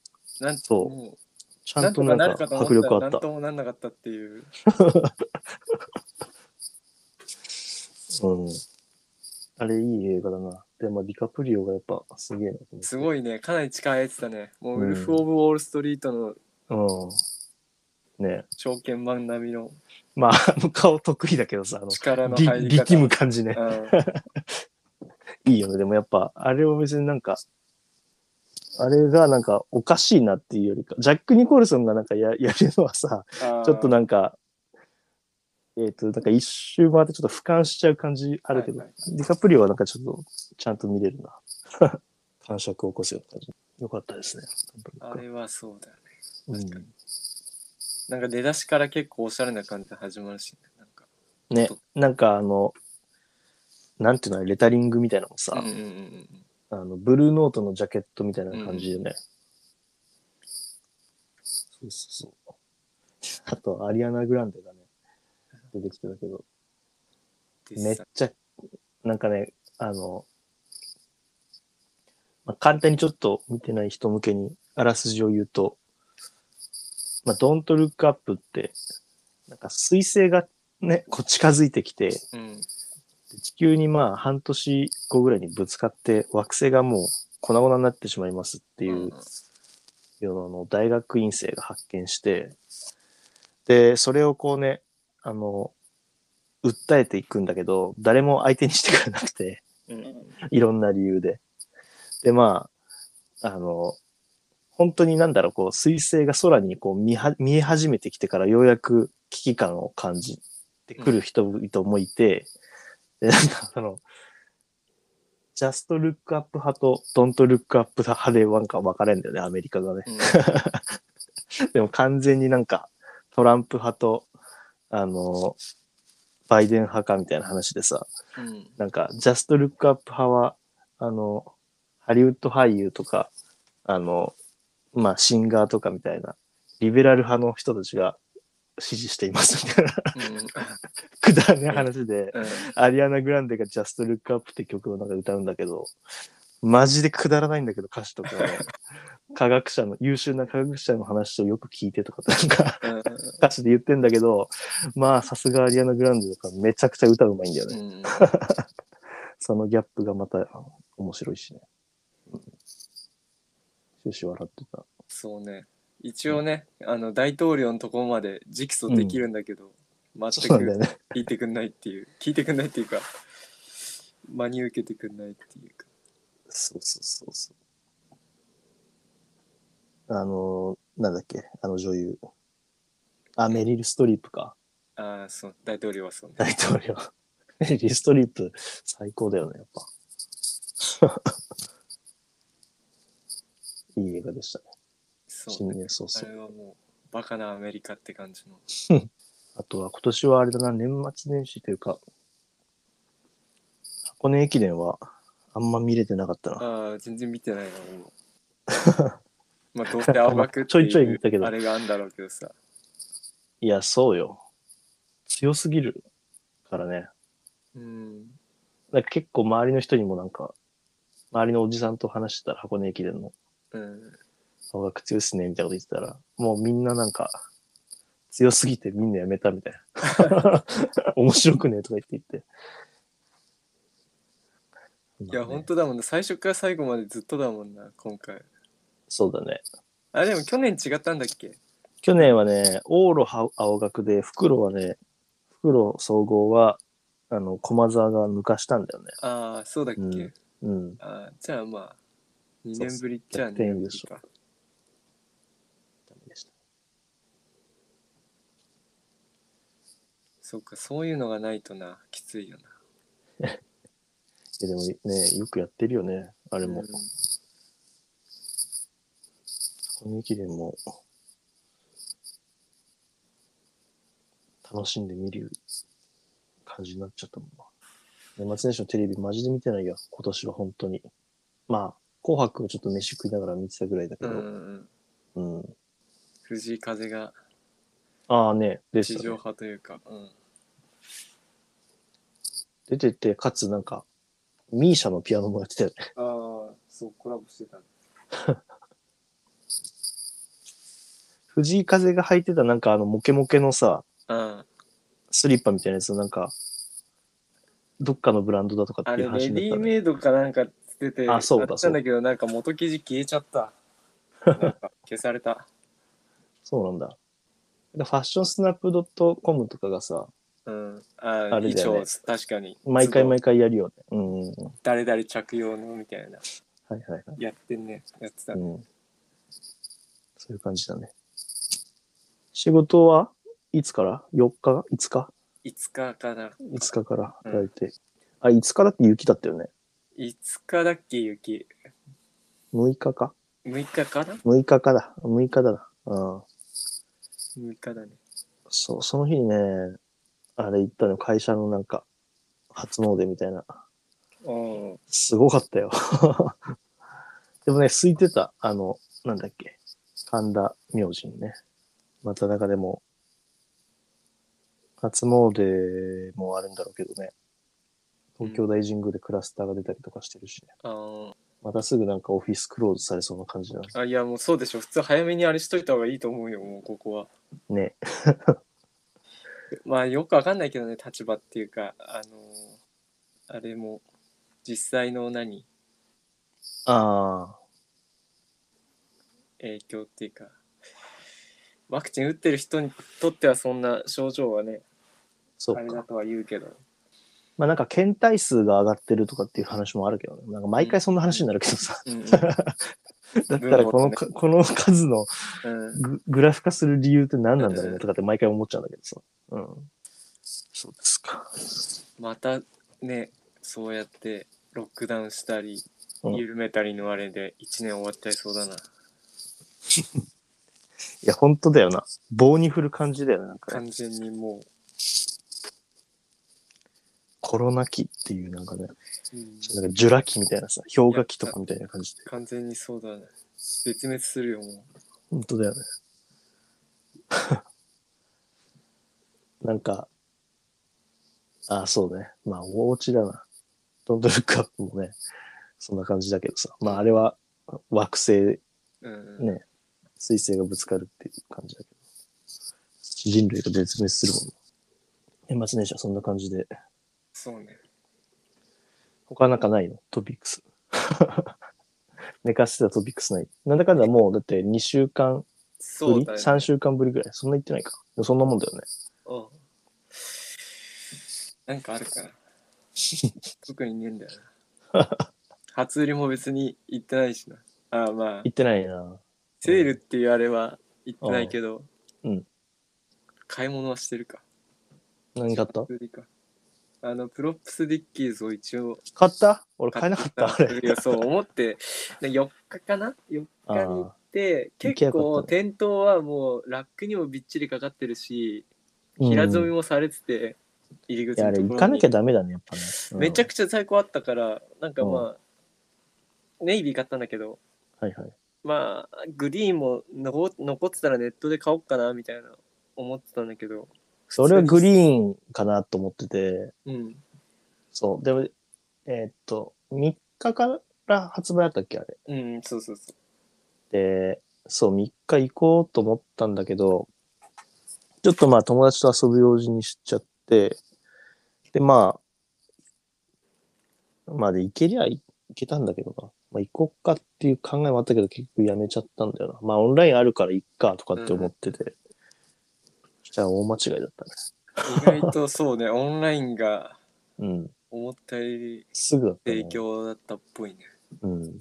Speaker 2: なん
Speaker 1: そう
Speaker 2: も
Speaker 1: ちゃんとなん
Speaker 2: な
Speaker 1: か
Speaker 2: ると思
Speaker 1: 迫力あ
Speaker 2: な
Speaker 1: っ
Speaker 2: ん
Speaker 1: た。
Speaker 2: ともなんなかったっていう。
Speaker 1: うん。あれいい映画だな。でもディカプリオがやっぱすげえなと思って。
Speaker 2: すごいね、かなり近いやつだね。もう、
Speaker 1: うん
Speaker 2: ウルフ・オブ・ウォール・ストリートの
Speaker 1: うん。ねえ
Speaker 2: 証券版並みの
Speaker 1: まあ、あの顔得意だけどさ、あ の、
Speaker 2: 力の入
Speaker 1: り
Speaker 2: り方。
Speaker 1: 力む感じね。
Speaker 2: うん
Speaker 1: いいよね。でもやっぱ、あれは別になんか、あれがなんかおかしいなっていうよりか、ジャック・ニコルソンがなんかや やるのはさ、
Speaker 2: あ ー
Speaker 1: ちょっとなんか、えっ、と、なんか一周回ってちょっと俯瞰しちゃう感じあるけど、
Speaker 2: はいは
Speaker 1: ディカプリオはなんかちょっと、ちゃんと見れるな。 感触を起こすような感じ。よかったですね。
Speaker 2: あれはそうだね。
Speaker 1: うん
Speaker 2: 確かになんか出だしから結構おしゃれな感じで始まるし、ね、なんか。
Speaker 1: ね、なんかあの、なんていうの、レタリングみたいなのもさ、
Speaker 2: うんうんうんうん。
Speaker 1: あの、ブルーノートのジャケットみたいな感じでね。そうそうそう。あと、アリアナ・グランデがね、出てきてたけど、め
Speaker 2: で
Speaker 1: っ
Speaker 2: さ
Speaker 1: ちゃ、なんかね、あの、まあ、簡単にちょっと見てない人向けにあらすじを言うと、まあ、Don't Look Up って、なんか彗星がね、こう近づいてきて、
Speaker 2: うん。
Speaker 1: で地球にまあ半年後ぐらいにぶつかって惑星がもう粉々になってしまいますってい
Speaker 2: うんうん
Speaker 1: う世のの大学院生が発見してでそれをこうねあの訴えていくんだけど誰も相手にしてくれなくて いろんな理由ででまああの本当になんだろうこう彗星が空にこう見は見え始めてきてからようやく危機感を感じてくる人々もいて、でなんかあのジャストルックアップ派とドントルックアップ派でなんか分かれんだよねアメリカがね
Speaker 2: うん
Speaker 1: でも完全になんかトランプ派とあのバイデン派かみたいな話でさ
Speaker 2: うん
Speaker 1: なんかジャストルックアップ派はあのハリウッド俳優とかあのまあシンガーとかみたいなリベラル派の人たちが支持しています みたいなくだらない話で
Speaker 2: うん
Speaker 1: アリアナ・グランデが「ジャスト・ルック・アップ」って曲をなんか歌うんだけどマジでくだらないんだけど歌詞とかね科学者の優秀な科学者の話をよく聞いてとかなんか
Speaker 2: うん
Speaker 1: 歌詞で言ってんだけどまあさすがアリアナ・グランデとかめちゃくちゃ歌うまいんだよ
Speaker 2: う
Speaker 1: ね、
Speaker 2: んうん
Speaker 1: そのギャップがまた面白いしね、うん、終始笑ってた
Speaker 2: そうね。一応ね、あの大統領のところまで直訴できるんだけど、全
Speaker 1: そうなんだよ
Speaker 2: く
Speaker 1: ね
Speaker 2: 聞いてくんないっていう、聞いてくんないっていうか、真に受けてくんないっていうか。
Speaker 1: そうそうそうそうあのなんだっけあの女優あメリル・ストリープか
Speaker 2: ああ、そう、大統領はそうね。
Speaker 1: 大統領。 リストリップ最高だよね、やっぱ。 いい映画でしたね。
Speaker 2: そう
Speaker 1: 新
Speaker 2: ね。
Speaker 1: 年早
Speaker 2: あ
Speaker 1: 々。
Speaker 2: れはもう、バカなアメリカって感じの。
Speaker 1: あとは今年はあれだな、年末年始というか、箱根駅伝はあんま見れてなかったな。
Speaker 2: ああ、全然見てないな、俺 も。まあ、どうせ青学って
Speaker 1: ちょいちょい
Speaker 2: い
Speaker 1: 見たけ
Speaker 2: う
Speaker 1: ど
Speaker 2: あれがあるんだろうけどさ。
Speaker 1: いや、そうよ。強すぎるからね。
Speaker 2: うん。
Speaker 1: なんか結構周りの人にもなんか、周りのおじさんと話してたら箱根駅伝の
Speaker 2: うん。
Speaker 1: 青学強いっすね、みたいなこと言ってたら、もうみんななんか、強すぎてみんなやめたみたい な。面白くねとか言って言って。
Speaker 2: いや、
Speaker 1: まあ
Speaker 2: 本
Speaker 1: ね
Speaker 2: 当だもんね。最初から最後までずっとだもんな、今回。
Speaker 1: そうだね。
Speaker 2: あ、でも去年違ったんだっけ
Speaker 1: 去年はね、往路青学で、復路はね、復路総合は、あの、駒沢が抜かしたんだよね。
Speaker 2: ああ、そうだっけ、
Speaker 1: うんうん。
Speaker 2: ああ、じゃあまあ、2
Speaker 1: そう
Speaker 2: 年ぶりっちゃ2
Speaker 1: 逆転優
Speaker 2: 年
Speaker 1: 勝
Speaker 2: ぶりか。
Speaker 1: ダメでした
Speaker 2: そっか、そういうのがないとな、きついよな。
Speaker 1: いやでもね、よくやってるよね。あれも
Speaker 2: う。ん
Speaker 1: 箱根駅伝も、楽しんで見る感じになっちゃったもんな。年末年始のテレビマジで見てないや、今年は本当に。まあ、紅白をちょっと飯食いながら見てたぐらいだけ
Speaker 2: う
Speaker 1: ど。
Speaker 2: んうん、
Speaker 1: うん。
Speaker 2: 藤井風が
Speaker 1: ああね、でし
Speaker 2: 地
Speaker 1: た
Speaker 2: 上
Speaker 1: ね。
Speaker 2: 波というか、うん、
Speaker 1: 出てて、かつなんか、ミーシャのピアノもやってたよね。
Speaker 2: ああそうコラボしてた
Speaker 1: 藤井風が履いてたなんかあの、モケモケのさ、
Speaker 2: あ
Speaker 1: スリッパみたいなやつ、なんか、どっかのブランドだとか
Speaker 2: あ
Speaker 1: ってい
Speaker 2: れ
Speaker 1: う
Speaker 2: レ
Speaker 1: 話に
Speaker 2: デ
Speaker 1: な
Speaker 2: ィ
Speaker 1: った
Speaker 2: ー
Speaker 1: ね。
Speaker 2: メイドかなんかつってて
Speaker 1: あそうだ
Speaker 2: やったんだけどなんか元記事消えちゃったなんか消された
Speaker 1: そうなんだ。でファッションスナップドットコムとかがさ、
Speaker 2: うんあ
Speaker 1: あれだよね
Speaker 2: 衣装確かに
Speaker 1: 毎回
Speaker 2: 都度
Speaker 1: 毎回やるよね。うん。はい
Speaker 2: 誰々着用のみたいな
Speaker 1: はいはい。
Speaker 2: やってんねやってた、
Speaker 1: うん。そういう感じだね。仕事はいつから ?4 日 ?5 日
Speaker 2: 5日かな
Speaker 1: ?5 日から働いて。あ、5日だって雪だったよね。
Speaker 2: 5日だっけ雪
Speaker 1: 6日か
Speaker 2: 6日かな
Speaker 1: ?6 日かだ。6日だな。うん。
Speaker 2: 6日だね
Speaker 1: そう、その日にね、あれ行ったの、会社のなんか、初詣みたいな。
Speaker 2: うん
Speaker 1: すごかったよ。 でもね、空いてた。あの、なんだっけ。神田明神ね。また中でも、初詣もあるんだろうけどね。東京大神宮でクラスターが出たりとかしてるしね。
Speaker 2: あー
Speaker 1: またすぐなんかオフィスクローズされそうな感じだ
Speaker 2: あいやもうそうでしょ普通早めにあれしといた方がいいと思うよもうここは
Speaker 1: ね。
Speaker 2: まあよくわかんないけどね立場っていうかあのーあれも実際の何
Speaker 1: あ
Speaker 2: 影響っていうかワクチン打ってる人にとってはそんな症状はね
Speaker 1: あ、そ
Speaker 2: あ
Speaker 1: う
Speaker 2: れだ
Speaker 1: か。
Speaker 2: とは言 うけど
Speaker 1: まあなんか検体数が上がってるとかっていう話もあるけどね。なんか毎回そんな話になるけどさ。
Speaker 2: うんうん
Speaker 1: だったらこの
Speaker 2: 分母と
Speaker 1: か、この数の
Speaker 2: うん
Speaker 1: ググラフ化する理由って何なんだろうねとかって毎回思っちゃうんだけどさ。うん。そうですか。
Speaker 2: またねそうやってロックダウンしたり
Speaker 1: うん
Speaker 2: 緩めたりのあれで1年終わっちゃいそうだな、
Speaker 1: いや、本当だよな。棒に振る感じだよな。なんかね
Speaker 2: 完全にも
Speaker 1: コロナ期っていうなんかね、
Speaker 2: う、うん
Speaker 1: なんかジュラ期みたいなさ、氷河期とかみたいな感じで。
Speaker 2: 完全にそうだね絶滅するよも
Speaker 1: 本当だよね。 なんか、あ、そうね。まあ、お家だな。ドントルックアップもね、そんな感じだけどさ。まあ、あれは惑星
Speaker 2: う、うんうん、
Speaker 1: ね、彗星がぶつかるっていう感じだけど、人類が絶滅するもんな。年末年始はそんな感じで、
Speaker 2: そうね
Speaker 1: 他なんかないのトピックス。 寝かせてたトピックスない。なんだかんだもう、だって2週間ぶ
Speaker 2: そう
Speaker 1: り、
Speaker 2: だね
Speaker 1: ?3 週間ぶりぐらい。そんな言ってないか。でもそんなもんだよね。
Speaker 2: うんなんかあ るかな特にねえんだよな初売りも別に行ってないしなあまあ
Speaker 1: 言ってないな。
Speaker 2: セールっていうあれは行ってないけど、
Speaker 1: うん
Speaker 2: 買い物はしてるか
Speaker 1: 何買った
Speaker 2: 初売りかあのプロップスディッキーズを一応
Speaker 1: 買った俺買えなかった、あ
Speaker 2: 買っ
Speaker 1: れ。
Speaker 2: てきたんですけどそう思ってで4日かな4日に行って
Speaker 1: ー行け
Speaker 2: 結
Speaker 1: ばよか
Speaker 2: 構
Speaker 1: った
Speaker 2: 店頭はもうラックにもびっちりかかってるし
Speaker 1: うん
Speaker 2: 平積みもされてて、入り
Speaker 1: い
Speaker 2: 口
Speaker 1: や、
Speaker 2: の
Speaker 1: あ
Speaker 2: と
Speaker 1: れ、
Speaker 2: ころ
Speaker 1: 行かなきゃ
Speaker 2: に
Speaker 1: ダメだね、やっぱね。うん
Speaker 2: めちゃくちゃ在庫あったからなんかまあ、ネイビー買ったんだけど
Speaker 1: はいはい。
Speaker 2: まあグリーンも残残ってたらネットで買おうかなみたいな思ってたんだけど
Speaker 1: それはグリーンかなと思ってて、
Speaker 2: うん
Speaker 1: そう。でも、えーっと、3日から発売だったっけあれ。
Speaker 2: うんそうそうそ
Speaker 1: で、そう、3日行こうと思ったんだけど、ちょっとまあ友達と遊ぶ用事にしちゃって、で、まあ、まあで行けりゃ行けたんだけどな。まあ行こっかっていう考えもあったけど、結局やめちゃったんだよな。まあオンラインあるから行っかとかって思ってて。そしたら大間違いだったね。
Speaker 2: う意外とそうね オンラインが
Speaker 1: うん。
Speaker 2: 思ったより
Speaker 1: すぐだった、ね。
Speaker 2: 提供だったっ ぽいね
Speaker 1: うん。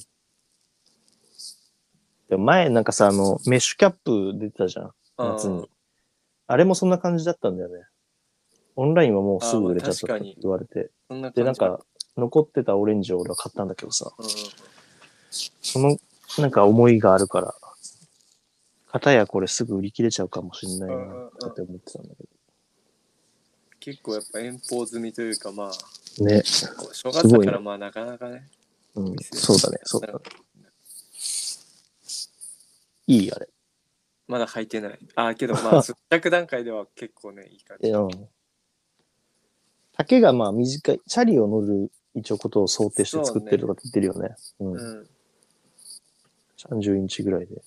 Speaker 1: でも前なんかさ、あの、メッシュキャップ出てたじゃん。
Speaker 2: あ
Speaker 1: 夏
Speaker 2: ー
Speaker 1: に。あれもそんな感じだったんだよね。オンラインはもうすぐ売れちゃった
Speaker 2: あーま
Speaker 1: っ
Speaker 2: あ
Speaker 1: て言われて。
Speaker 2: そんな
Speaker 1: で、
Speaker 2: 感
Speaker 1: なん
Speaker 2: じだ
Speaker 1: か、残ってたオレンジを俺は買ったんだけどさ、
Speaker 2: うんうんうん
Speaker 1: その、なんか思いがあるから、片やこれすぐ売り切れちゃうかもしんないなって思ってたんだけ
Speaker 2: 結構やっぱ遠方済みというかまあ
Speaker 1: ど。ね。
Speaker 2: 正月だからまあなかなかね
Speaker 1: うん、そうだね、そうだね。いい、あれ。
Speaker 2: まだ履いてないああけ どまあ接着段階では結構ねいい感じ
Speaker 1: うん。丈がまあ短い、チャリを乗る一応ことを想定して作ってるとか言ってるよね。う。
Speaker 2: うんん
Speaker 1: 30インチぐらいで。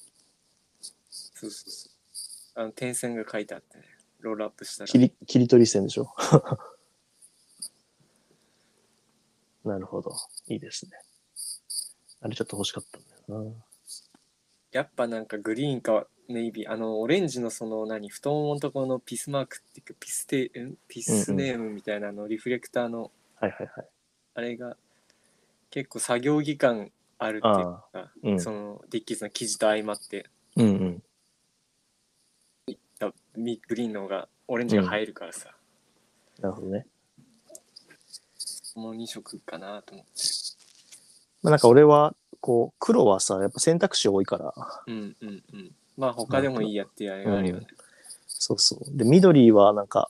Speaker 2: そうそうそうあの点線が書いてあってねロールアップしたら
Speaker 1: 切り、切り取り線でしょ。 なるほど。いいですね。あれちょっと欲しかったんだよ
Speaker 2: やっぱなんかグリーンかネイビーあのオレンジのその何太もものところのピスマークっていうかピステんピスネームみたいなのリフレクターの
Speaker 1: な。はいはいはい。
Speaker 2: あれが結構作業着感あるっていうか
Speaker 1: うん。
Speaker 2: そのディッキーズの生地と相まって
Speaker 1: うんうん。
Speaker 2: だミグリーンの方がオレンジが入るからさ、
Speaker 1: なるほどね。
Speaker 2: この2色かなと思って
Speaker 1: まあ、なんか俺は、こう、黒はさ、やっぱ選択肢多いから、
Speaker 2: うんうんうんまあ他でもいいやっていうあれがあるよね、
Speaker 1: そうそう。で、緑はなんか、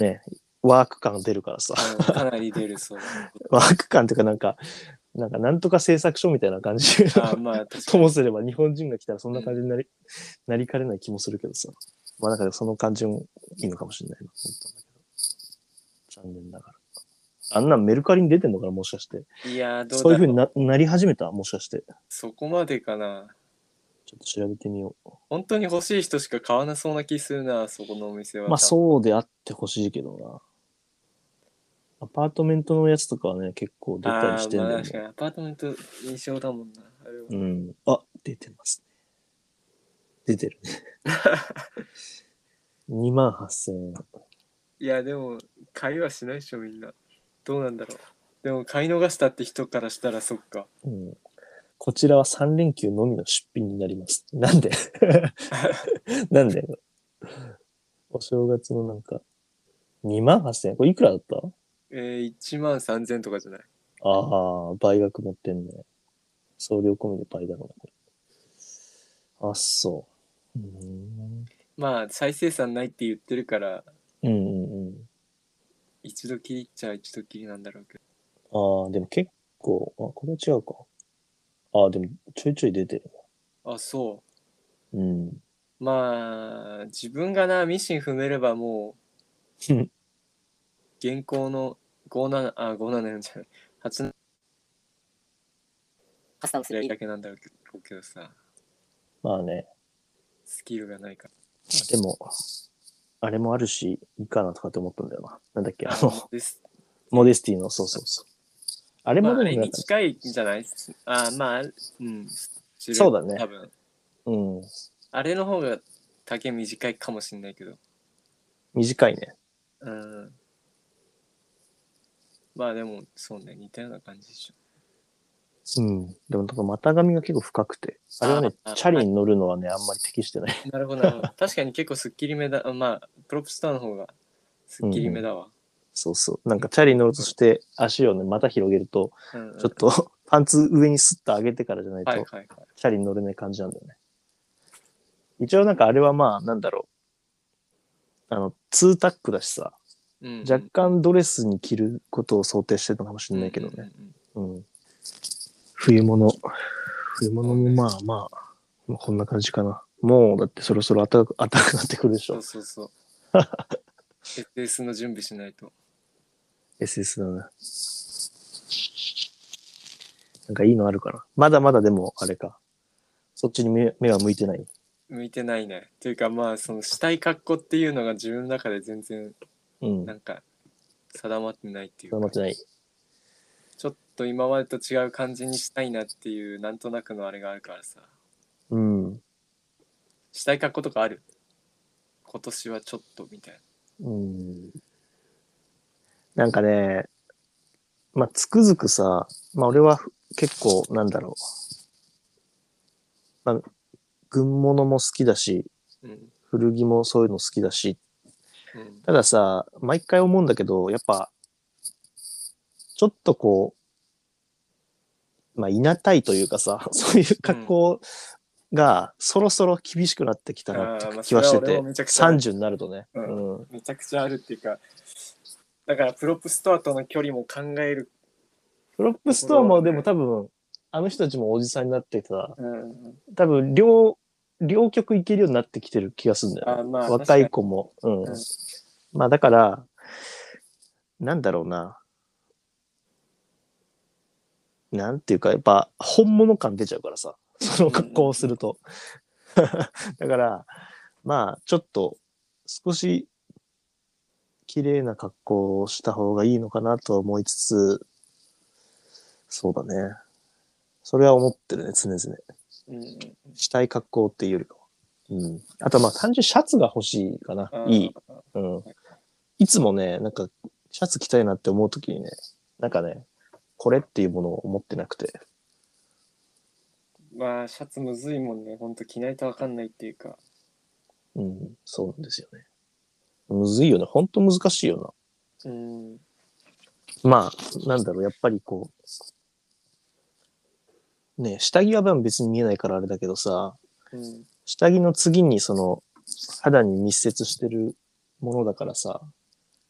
Speaker 1: ね、ワーク感出るからさ、
Speaker 2: うんかなり出るそう
Speaker 1: ワーク感というかなんか、なんかなんとか製作所みたいな感じ
Speaker 2: あまあ確か に
Speaker 1: ともすれば日本人が来たらそんな感じになり、なりかねない気もするけどさ。まあなんかその感じもいいのかもしれないな、と思ったんだけど。残念ながら。あんなんメルカリに出てんのかな、もしかして。
Speaker 2: いやーどうだろ
Speaker 1: そういうふうにななり始めたもしかして。
Speaker 2: そこまでかな
Speaker 1: ちょっと調べてみよ
Speaker 2: 本当に欲しい人しか買わなそうな気するなそこのお店
Speaker 1: う。
Speaker 2: は
Speaker 1: まあそうであってほしいけどな。アパートメントのやつとかはね、結構出たりしてん
Speaker 2: あー
Speaker 1: だ
Speaker 2: ま
Speaker 1: よ
Speaker 2: あ確か
Speaker 1: ね。
Speaker 2: にアパートメント印象だもんなあれは
Speaker 1: うん。あ、出てますね。出てる ね。2万8000円。
Speaker 2: いやでも買いはしないでしょみんなどうなんだろうでも買い逃したって人からしたらそっか
Speaker 1: うんこちらは3連休のみの出品になります。なんでなんでお正月のなんか、2万8000円。これいくらだった
Speaker 2: えー、1万3000とかじゃない
Speaker 1: ああ、倍額持ってんね。送料込みで倍だろうな、これ。あっ、そう。うーん。
Speaker 2: まあ再生産ないって言ってるから
Speaker 1: うんうんうん。
Speaker 2: 一度きりっちゃ一度きりなんだろうけど
Speaker 1: ああ、でも結構、あ、これは違うか。ああ、でもちょいちょい出てる
Speaker 2: あそ
Speaker 1: な。うん。
Speaker 2: うまあ自分がなミシン踏めればもう
Speaker 1: うん
Speaker 2: 現行の57あ57じゃない8
Speaker 3: カスタムす
Speaker 2: 年
Speaker 3: る
Speaker 2: だけなんだろうけどさ
Speaker 1: まあね。
Speaker 2: スキルがないから
Speaker 1: でも、あれもあるし、いいかなとかって思ったんだよな。なんだっけ、あの、
Speaker 2: あです
Speaker 1: モデスティの、そうそうそう。あれ
Speaker 2: ま
Speaker 1: も
Speaker 2: ああ
Speaker 1: で
Speaker 2: れ
Speaker 1: もなん
Speaker 2: に
Speaker 1: か、
Speaker 2: 近いんじゃないあまあうん知る
Speaker 1: そうだね
Speaker 2: 多分
Speaker 1: うん、
Speaker 2: あれの方が丈短いかもしれないけど
Speaker 1: 短いね。
Speaker 2: うんまあでもそうね似たような感じでしょ
Speaker 1: うん。でも、なんか股上が結構深くて、あれはね
Speaker 2: あ、ー
Speaker 1: チャリに乗るのはね、あんまり適してない。
Speaker 2: なるほどな るほど。確かに結構スッキリめだ。あまあ、プロップスターの方がスッキリめだわ。
Speaker 1: そうそう。なんか、チャリに乗るとして、足をね、また広げると、
Speaker 2: うんうん
Speaker 1: ちょっと、パンツ上にスッと上げてからじゃない
Speaker 2: はいはい
Speaker 1: と、
Speaker 2: はい。
Speaker 1: チャリに乗れない感じなんだよね。一応、なんか、あれはまあ、なんだろう。あの、ツータックだしさ、
Speaker 2: うんうん
Speaker 1: 若干ドレスに着ることを想定してたのかもしれないけどね。
Speaker 2: うんうんうん
Speaker 1: うん。冬物。冬物もまあまあ、まあこんな感じかな。もう、だってそろそろ暖かく 暖かくなってくるでし
Speaker 2: そ
Speaker 1: ょ
Speaker 2: う。そうそう。SS の準備しないと。
Speaker 1: SS だな。なんかいいのあるかな。まだまだでも、あれか。そっちに目目は向いてない。
Speaker 2: 向いてないね。というかまあ、そのしたい格好っていうのが自分の中で全然
Speaker 1: うん。
Speaker 2: なんか定まってないっていう
Speaker 1: 頑張っ
Speaker 2: か、
Speaker 1: てない。
Speaker 2: ちょっと今までと違う感じにしたいなっていう、なんとなくのあれがあるからさ。
Speaker 1: うん。
Speaker 2: したい格好とかある今年はちょっとみたい
Speaker 1: うん。なんかね、まあ、つくづくさ、まあ、俺は結構、なんだろう。まあ、軍物も好きだし、
Speaker 2: な。うん。
Speaker 1: 古着もそういうの好きだし、
Speaker 2: うん、
Speaker 1: たださ、毎回思うんだけど、やっぱちょっとこう、まあ、いなたいというかさ、 そういう格好がそろそろ厳しくなってきたなって
Speaker 2: あーまあ
Speaker 1: 気はして
Speaker 2: それは
Speaker 1: て、
Speaker 2: 俺もめちゃくちゃ
Speaker 1: 30になるとね。
Speaker 2: う
Speaker 1: うんん。
Speaker 2: めちゃくちゃあるっていうかだからプロップストアとの距離も考える、
Speaker 1: プロップストアもでも多分、あの人たちもおじさんになってた、
Speaker 2: うん、
Speaker 1: 多分両、両極いけるようになってきてる気がするんだよね。
Speaker 2: あまあ
Speaker 1: 若い子も。うん。
Speaker 2: うん
Speaker 1: まあだから、なんだろうな。なんていうか、やっぱ本物感出ちゃうからさ、その格好をすると。 だから、まあちょっと少し綺麗な格好をした方がいいのかなとは思いつつ、そうだね。それは思ってるね、常々。
Speaker 2: うんうん
Speaker 1: したい格好っていうよりかは。うん。あとはまあ単純にシャツが欲しいかな
Speaker 2: あ。ー
Speaker 1: いい。うん。いつもね、なんかシャツ着たいなって思うときにね、なんかね、これっていうものを持ってなくて。
Speaker 2: まあシャツむずいもんねほんと着ないとわかんないっていうか
Speaker 1: うん。そうなんですよね。むずいよね。ほんと難しいよ
Speaker 2: うん
Speaker 1: な。まあ、なんだろう。やっぱりこう。ね下着はまあ別に見えないからあれだけどさ、
Speaker 2: うん
Speaker 1: 下着の次にその肌に密接してるものだからさ、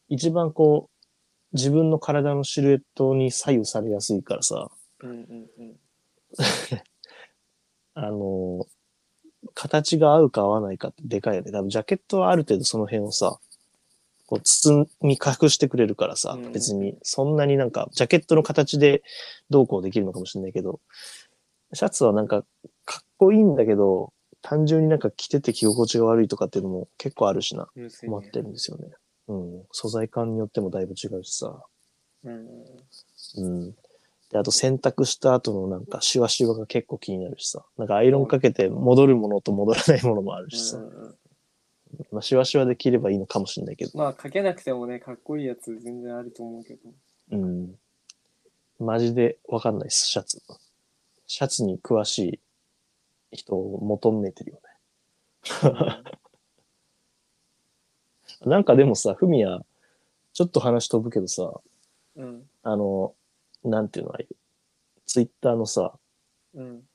Speaker 1: 一番こう自分の体のシルエットに左右されやすいからさ、
Speaker 2: うんうんうん
Speaker 1: あの形が合うか合わないかってでかいよね。多分ジャケットはある程度その辺をさ、こう包み隠してくれるからさ、
Speaker 2: うん
Speaker 1: 別にそんなになんかジャケットの形でどうこうできるのかもしれないけど、シャツはなんかかっこいいんだけど、単純になんか着てて着心地が悪いとかっていうのも結構あるしな。
Speaker 2: むずい、
Speaker 1: 困っ
Speaker 2: ね
Speaker 1: てるんですよね。うん。素材感によってもだいぶ違うしさ。
Speaker 2: うん、
Speaker 1: うん。で、あと洗濯した後のなんかシワシワが結構気になるしさ。なんかアイロンかけて戻るものと戻らないものもあるしさ。
Speaker 2: うんうん
Speaker 1: まあ、シワシワで切ればいいのかもしれないけど。
Speaker 2: まあかけなくてもねかっこいいやつ全然あると思うけど
Speaker 1: うん。マジでわかんないです、シャツ。シャツに詳しい人を求めてるよね。なんかでもさ、ふみや、ちょっと話飛ぶけどさ、
Speaker 2: うん
Speaker 1: あの、なんていうのああいうツイッターのさ、
Speaker 2: うん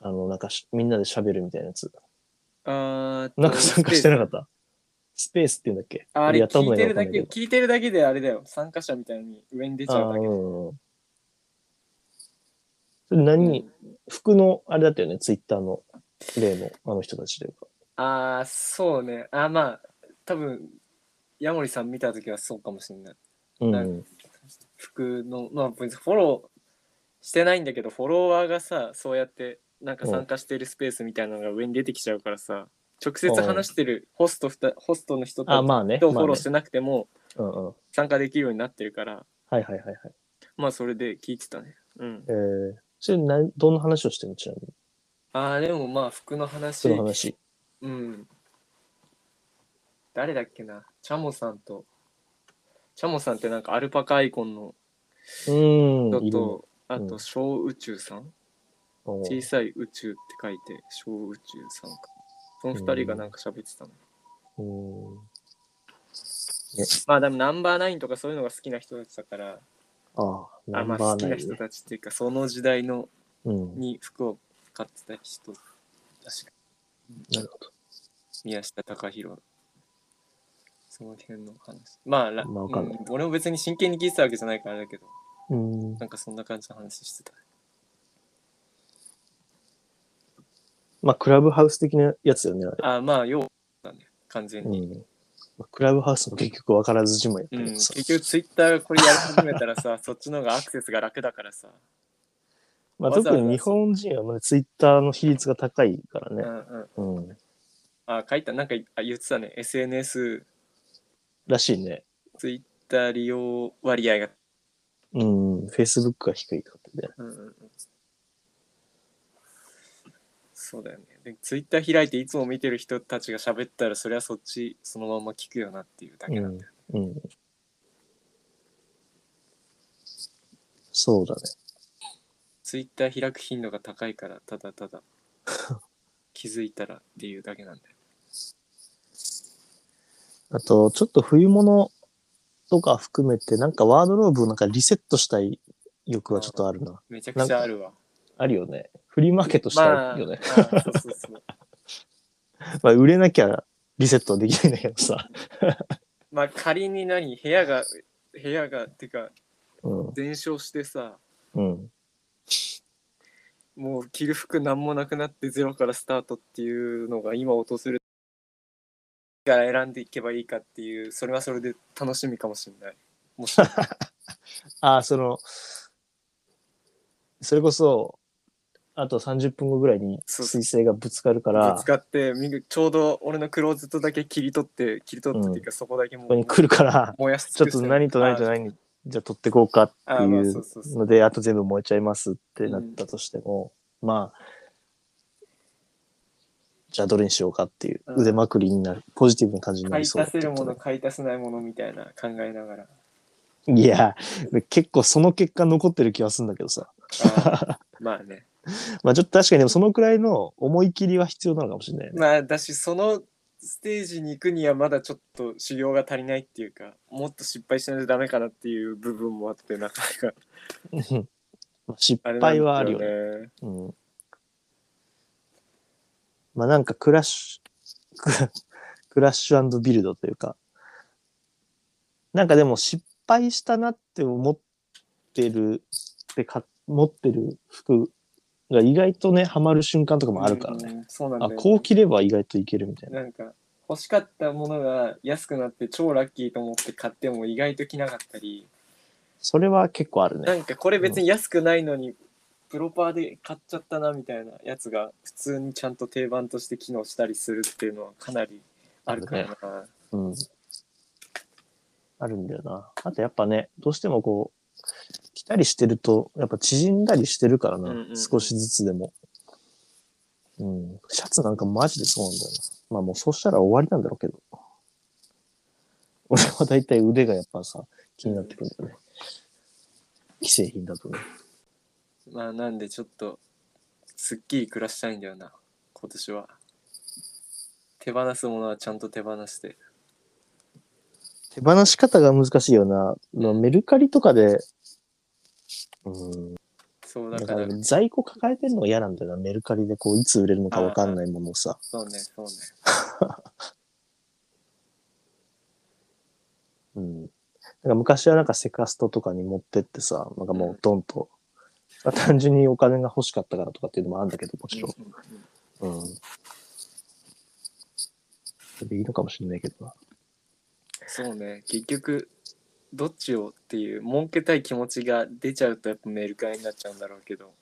Speaker 1: あの、なんかしみんなで喋るみたいなやつ。
Speaker 2: あーっと
Speaker 1: なんか参加してなかったスペースって言うんだっけ
Speaker 2: あれ
Speaker 1: やった
Speaker 2: 聞
Speaker 1: こと
Speaker 2: い
Speaker 1: な
Speaker 2: て
Speaker 1: い
Speaker 2: る
Speaker 1: からわ
Speaker 2: だ
Speaker 1: かんな
Speaker 2: け
Speaker 1: いけど
Speaker 2: 聞いてるだけであれだよ参加者みたいに上に出ちゃう
Speaker 1: あ
Speaker 2: だけ
Speaker 1: ー
Speaker 2: で
Speaker 1: うんそれ何、服の、あれだったよね、ツイッターの例のあの人たちというか。
Speaker 2: ああそうねあーまあ多分ヤモリさん見た時はそうかもしれない
Speaker 1: うん
Speaker 2: な服のまあ別にフォローしてないんだけどフォロワーがさそうやってなんか参加してるスペースみたいなのが上に出てきちゃうからさ直接話してるホストふたホストの人
Speaker 1: あ、
Speaker 2: と
Speaker 1: まあね。
Speaker 2: 人をフ
Speaker 1: まあ
Speaker 2: ォ
Speaker 1: ね
Speaker 2: ローしてなくても
Speaker 1: うんうん。はい
Speaker 2: 参加できるようになってるから
Speaker 1: はいはいはい。
Speaker 2: まあそれで聞いてたねうん
Speaker 1: えー、それ何、どんな話をしてるのちなみに。
Speaker 2: ああでもまあ服の話
Speaker 1: その話。
Speaker 2: うん。誰だっけなチャモさんと。チャモさんってなんかアルパカアイコンの
Speaker 1: うーん。
Speaker 2: 人
Speaker 1: いるね
Speaker 2: と、あ
Speaker 1: う
Speaker 2: と
Speaker 1: ん
Speaker 2: 小宇宙さん、
Speaker 1: うん
Speaker 2: 小さい宇宙って書いて小宇宙さんか。その二人がなんか喋ってたの。
Speaker 1: うん
Speaker 2: まあでもナンバーナインとかそういうのが好きな人たちだから、
Speaker 1: あー、ナ
Speaker 2: あ
Speaker 1: ン
Speaker 2: ま
Speaker 1: バ
Speaker 2: あ
Speaker 1: ー
Speaker 2: 好き
Speaker 1: ナ
Speaker 2: な
Speaker 1: イン
Speaker 2: 人
Speaker 1: ね。
Speaker 2: たちっていうかその時代の
Speaker 1: うん。
Speaker 2: に服を買ってた人。確か
Speaker 1: なるほど。
Speaker 2: 宮下隆弘その辺の話まあ、ら
Speaker 1: まあわかんない
Speaker 2: うん俺も別に真剣に聞いてたわけじゃないからあれだけど
Speaker 1: うん。
Speaker 2: なんかそんな感じの話してた
Speaker 1: まあ、クラブハウス的なやつよね、あれ。
Speaker 2: あまあようだね完全
Speaker 1: う
Speaker 2: に、
Speaker 1: ん。まあクラブハウスも結局分からずじまいやった
Speaker 2: う
Speaker 1: け
Speaker 2: ん
Speaker 1: どさ
Speaker 2: 結局ツイッターがこれやり始めたら さそっちの方がアクセスが楽だからさ、
Speaker 1: まあ、
Speaker 2: わざわ
Speaker 1: 特
Speaker 2: ざ
Speaker 1: に日本人はまだツイッターの比率が高いから
Speaker 2: う
Speaker 1: ね。
Speaker 2: んうん、
Speaker 1: うん。
Speaker 2: あ書いたなんかあ言ってたね SNS
Speaker 1: らしいね。
Speaker 2: ツイッター利用割合が、
Speaker 1: うん。Facebook が低いとかってね。
Speaker 2: うんうんうん、そうだよねでツイッター開いていつも見てる人たちが喋ったらそりゃそっちそのまま聞くよなっていうだけなんだよ、
Speaker 1: うん。うん。そうだね。
Speaker 2: ツイッター開く頻度が高いからた だただ気づいたらっていうだけなんだよ
Speaker 1: あと、ちょっと冬物とか含めて、なんかワードローブをなんかリセットしたい欲はちょっとあるな。
Speaker 2: めちゃくちゃあるわ。
Speaker 1: あるよね。フリーマーケットしたいよね。
Speaker 2: まあああそうそうそう。
Speaker 1: まあ、売れなきゃリセットはできないんだけど さ。
Speaker 2: まあ仮に何部屋が部屋がってか
Speaker 1: うん。
Speaker 2: 全焼してさ
Speaker 1: うん。
Speaker 2: もう着る服なんもなくなってゼロからスタートっていうのが今訪れるから選んでいけばいいかっていうそれはそれで楽しみかもしれない。もし
Speaker 1: ああ、その、それこそ、あと30分後ぐらいに
Speaker 2: そう
Speaker 1: 彗星がぶつかるから、
Speaker 2: ぶつ
Speaker 1: こ
Speaker 2: かってみぐちょうど俺のクローゼットだけ切り取って切り取ってっていうか、そこだけも
Speaker 1: こ
Speaker 2: う
Speaker 1: に来る から、
Speaker 2: 燃やし
Speaker 1: ちょっ
Speaker 2: 尽くして
Speaker 1: と何と何と何じゃあ取ってこうかって
Speaker 2: あーあーまあ
Speaker 1: い
Speaker 2: そううそうそう
Speaker 1: のであと全部燃えちゃいますってなったとしても、まあじゃあどれにしようかっていう
Speaker 2: うん
Speaker 1: 腕まくりになる、ポジティブな感じにな
Speaker 2: 買
Speaker 1: り
Speaker 2: い
Speaker 1: そう
Speaker 2: 足
Speaker 1: だって
Speaker 2: せる
Speaker 1: こ
Speaker 2: も
Speaker 1: とだ
Speaker 2: の買い足せないものみたいな考えな がら
Speaker 1: いや結構その結果残ってる気がするんだけどさ
Speaker 2: あーまあね
Speaker 1: まあちょっと確かにでもそのくらいの思い切りは必要なのかもしれないね、
Speaker 2: まあだしそのステージに行くにはまだちょっと修行が足りないっていうかもっと失敗しないとダメかなっていう部分もあってなかなか
Speaker 1: うんまあ失
Speaker 2: あれなん
Speaker 1: 敗
Speaker 2: だ
Speaker 1: はあるよね
Speaker 2: ね。
Speaker 1: うんまあなんかクラッシュ、クラクラッシュビルドというか、なんかでも失敗したなって思ってる、ってか持ってる服が意外とね、ハマる瞬間とかもあるからね。
Speaker 2: うん。そうなんだ
Speaker 1: あ、
Speaker 2: よね
Speaker 1: こう着れば意外といけるみたいな。
Speaker 2: なんか欲しかったものが安くなって超ラッキーと思って買っても意外と着なかったり、
Speaker 1: それは結構ある
Speaker 2: な
Speaker 1: ね。
Speaker 2: んかこれ別に安くないのにプロパーで買っちゃったなみたいなやつが普通にちゃんと定番として機能したりするっていうのはかなりあるからな。
Speaker 1: うん。あるんだよな。あとやっぱね、どうしてもこう、着たりしてると、やっぱ縮んだりしてるからな、
Speaker 2: うんうんうん
Speaker 1: 少しずつでも。うん。シャツなんかマジでそうなんだよな。まあもうそうしたら終わりなんだろうけど。俺はだいたい腕がやっぱさ、気になってくるんだよね。既製品だとね。
Speaker 2: まあなんでちょっとすっきり暮らしたいんだよな今年は手放すものはちゃんと手放して
Speaker 1: 手放し方が難しいよな。まあメルカリとかで、うん、
Speaker 2: そうだ
Speaker 1: だ
Speaker 2: か
Speaker 1: からら在庫抱えてるのが嫌なんだよな。メルカリでこう、いつ売れるのかわかんないものをさ。
Speaker 2: そうねそうね
Speaker 1: うん。なんか昔はなんかセカストとかに持ってってさ、なんかもうドンと、まあ単純にお金が欲しかったからとかっていうのもあるんだけど、もちろん。
Speaker 2: うんうんうん
Speaker 1: うん。それでいいのかもしれないけどな。
Speaker 2: そうね結局どっちをっていう儲けたい気持ちが出ちゃうとやっぱメルカリになっちゃうんだろうけど、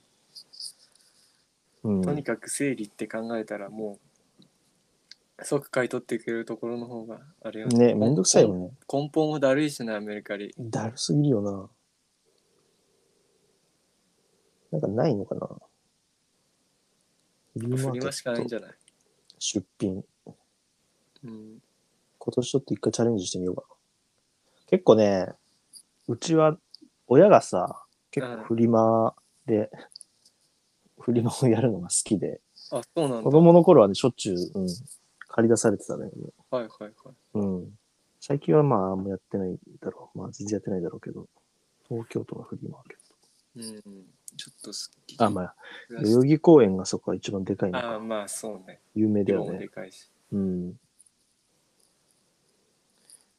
Speaker 1: う
Speaker 2: とに
Speaker 1: ん。
Speaker 2: かく整理って考えたらもう即買い取ってくれるところの方があれよ
Speaker 1: ね、めんどくさいよね。
Speaker 2: 根本もだるいしなメルカリ
Speaker 1: だるすぎるよな。なんかないのかな。フリ
Speaker 2: 振りましかないん
Speaker 1: じゃ
Speaker 2: じゃない、
Speaker 1: 出品。
Speaker 2: うん、
Speaker 1: 今年ちょっと一回チャレンジしてみようかな。結構ね、うちは親がさ、結構フリマで、 フリマをやるのが好きで、
Speaker 2: あそうなんだ
Speaker 1: 子供の頃はね、しょっちゅう、うん、借り出されてたね。
Speaker 2: はいはいはい
Speaker 1: うん。最近はまあ、あんまやってないだろう。まあ、全然やってないだろうけど、東京都のフリマーケッ
Speaker 2: うん、ちょっとすっきり
Speaker 1: ト。あ、まあ、
Speaker 2: 暮ら
Speaker 1: 代
Speaker 2: し
Speaker 1: 々木公園がそこは一番でかいの
Speaker 2: あ
Speaker 1: か。
Speaker 2: まあそうね。
Speaker 1: 有名だ
Speaker 2: 量
Speaker 1: よ
Speaker 2: も
Speaker 1: ね
Speaker 2: で。かいし。
Speaker 1: うん。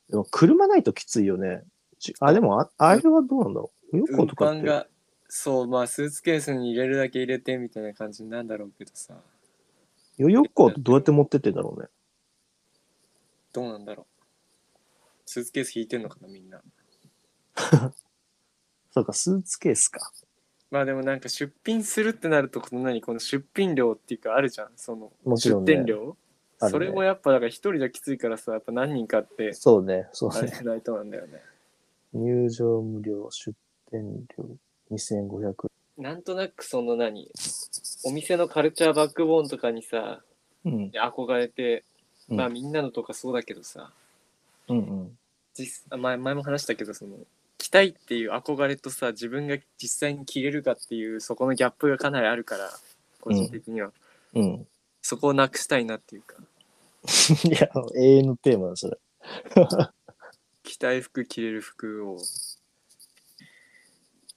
Speaker 1: でも、車ないときついよね。ちあ、でもあ、あれはどうなんだろう。よ
Speaker 2: 運
Speaker 1: ことかっ
Speaker 2: 搬
Speaker 1: て。
Speaker 2: が、そう、まあスーツケースに入れるだけ入れてみたいな感じなんだろうけどさ、
Speaker 1: ヨヨッコってどうやって持ってってんだろうね。
Speaker 2: どうなんだろう。スーツケース引いてんのかな、みんな。
Speaker 1: そうか、スーツケースか。
Speaker 2: まあでもなんか出品するってなると、この何、この出品料っていうかあるじゃん、その
Speaker 1: もちろんね
Speaker 2: 出店料。
Speaker 1: あるね
Speaker 2: それもやっぱだから一人じゃきついからさ、やっぱ何人かって、
Speaker 1: そうね、そう
Speaker 2: あれ
Speaker 1: ね。
Speaker 2: しないとなんだよね。
Speaker 1: 入場無料、出店料2500
Speaker 2: なんとなくその何、お店のカルチャーバックボーンとかにさ、
Speaker 1: うん。
Speaker 2: 憧れて、
Speaker 1: うん
Speaker 2: まあみんなのとかそうだけどさ、
Speaker 1: うんうん。
Speaker 2: 実あ前前も話したけどその着たいっていう憧れとさ自分が実際に着れるかっていうそこのギャップがかなりあるから個人的には、
Speaker 1: うん。
Speaker 2: そこをなくしたいなっていうか
Speaker 1: いや、永遠のテーマだ、それ。
Speaker 2: 着たい服着れる服を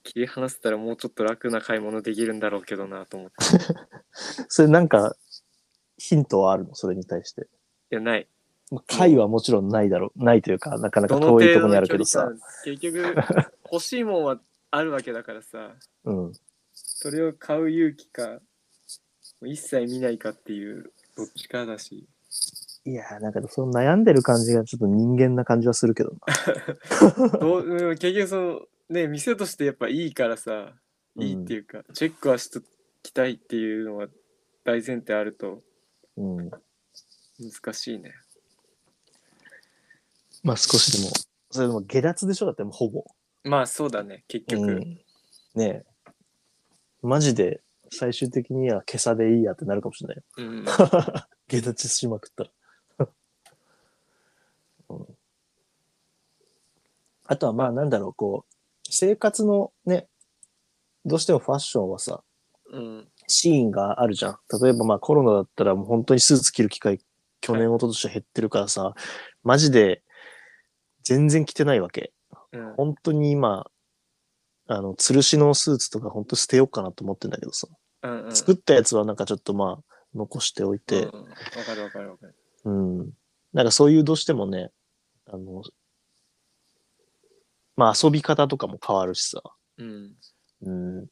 Speaker 2: 切り離せたらもうちょっと楽な買い物できるんだろうけどなと思って
Speaker 1: それなんか、ヒントはあるのそれに対して。
Speaker 2: いやない
Speaker 1: まあ、会はもちろんないだろう。ないというか、なかなか
Speaker 2: どの
Speaker 1: 遠いとこ
Speaker 2: 程度
Speaker 1: ろにあ
Speaker 2: の
Speaker 1: る
Speaker 2: 距
Speaker 1: け
Speaker 2: 離
Speaker 1: どさ。
Speaker 2: 感結局欲しいもんはあるわけだからさ
Speaker 1: うん。
Speaker 2: それを買う勇気かもう一切見ないかっていうどっちかだし
Speaker 1: いやー、なんかその悩んでる感じがちょっと人間な感じはするけどな。
Speaker 2: どううん結局そのね店としてやっぱいいからさいいっていうか、チェックはしときたいっていうのは大前提あると
Speaker 1: うん。
Speaker 2: 難しいね
Speaker 1: まあ少しでも、それでも下脱でしょだってもうほぼ。
Speaker 2: まあそうだね結局、
Speaker 1: うんねえ。マジで最終的には今朝でいいやってなるかもしれないよ。
Speaker 2: うん、
Speaker 1: 下脱しまくったら。 うんあとはまあなんだろう、こう、生活のね、どうしてもファッションはさ、
Speaker 2: うん、
Speaker 1: シーンがあるじゃん。例えばまあコロナだったらもう本当にスーツ着る機会、去年、一昨年は減ってるからさ、マジで全然着てないわけ。
Speaker 2: うん、
Speaker 1: 本当に今、あの、吊るしのスーツとか本当捨てようかなと思ってんだけどさ、
Speaker 2: うんうん
Speaker 1: 作ったやつはなんかちょっとまあ、残しておいて、
Speaker 2: うんうんわかるわかるわかる
Speaker 1: うん。なんかそういうどうしてもね、あの、まあ遊び方とかも変わるしさ、
Speaker 2: うん
Speaker 1: うん。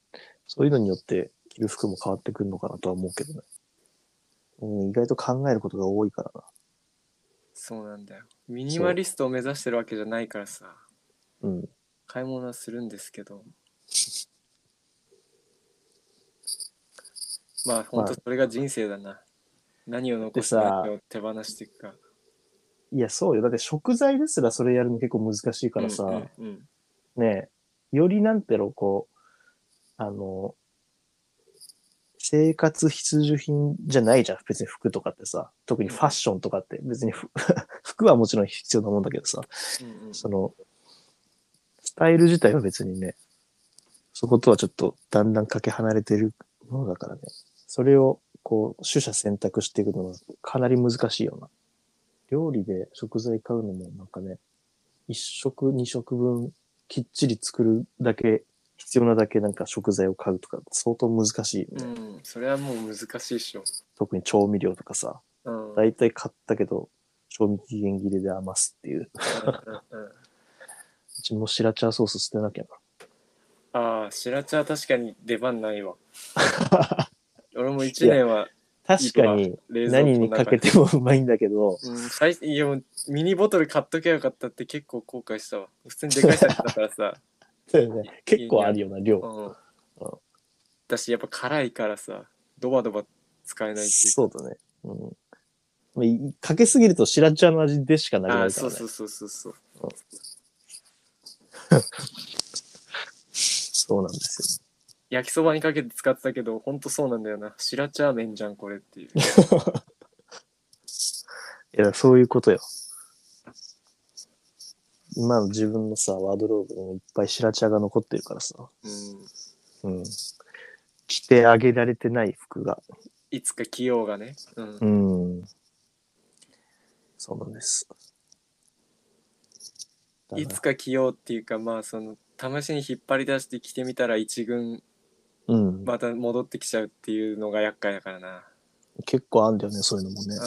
Speaker 1: そういうのによって着る服も変わってくるのかなとは思うけどね。うん、意外と考えることが多いからな。
Speaker 2: そうなんだよミニマリストを目指してるわけじゃないからさ
Speaker 1: うん。
Speaker 2: 買い物はするんですけど まあ本当それが人生だな、何を残して
Speaker 1: でさ
Speaker 2: 何を手放していくか
Speaker 1: いや、そうよ。だって食材ですらそれやるの結構難しいからさ、
Speaker 2: うんうんうん
Speaker 1: ねえ、よりなんてろう、こう、あの、生活必需品じゃないじゃん。別に服とかってさ。特にファッションとかって。別にふ 服はもちろん必要なもんだけどさ。
Speaker 2: うんうん
Speaker 1: その、スタイル自体は別にね、そことはちょっとだんだんかけ離れてるものだからね。それを、こう、取捨選択していくのがかなり難しいよな。料理で食材買うのもなんかね、一食二食分きっちり作るだけ、必要なだけなんか食材を買うとか相当難しいよね、
Speaker 2: うん、それはもう難しいっしょ。
Speaker 1: 特に調味料とかさ。
Speaker 2: うん。
Speaker 1: だいたい買ったけど、賞味期限切れで余すっていう。
Speaker 2: うんうん
Speaker 1: うちも白茶ソース捨てなきゃな。
Speaker 2: ああ、白茶は確かに出番な いわ。俺も1年は
Speaker 1: 確かに、
Speaker 2: 冷蔵庫
Speaker 1: 何
Speaker 2: の
Speaker 1: に
Speaker 2: 中
Speaker 1: かけてもうまいんだけど、
Speaker 2: うん、最いやもうミニボトル買っときゃよかったって結構後悔したわ。普通にでかいサイズだから さ。
Speaker 1: そうよね結構あるよな、量。
Speaker 2: うん。だし、やっぱ辛いからさ、ドバドバ使えないっていうか。
Speaker 1: そうだね。うんまあい。かけすぎると白茶の味でしかなく
Speaker 2: あ
Speaker 1: な
Speaker 2: あ、
Speaker 1: るから
Speaker 2: そう
Speaker 1: ね。
Speaker 2: そうそうそうそう。
Speaker 1: そうなんです
Speaker 2: 焼きそばにかけて使ってたけど、ほんとそうなんだよな。白茶麺じゃん、これっていう。
Speaker 1: よ。いや、そういうことよ。今の自分のさ、ワードローブにもいっぱい白茶が残ってるからさ。
Speaker 2: うん。
Speaker 1: うん。着てあげられてない服が。
Speaker 2: いつか着ようがね。うん。
Speaker 1: うん。そうなんです。だない
Speaker 2: つか着ようっていうか、まあ、その、試しに引っ張り出して着てみたら一軍、
Speaker 1: うん。
Speaker 2: また戻ってきちゃうっていうのが厄介だからな。
Speaker 1: 結構あんだよね、そういうのもね。
Speaker 2: うん。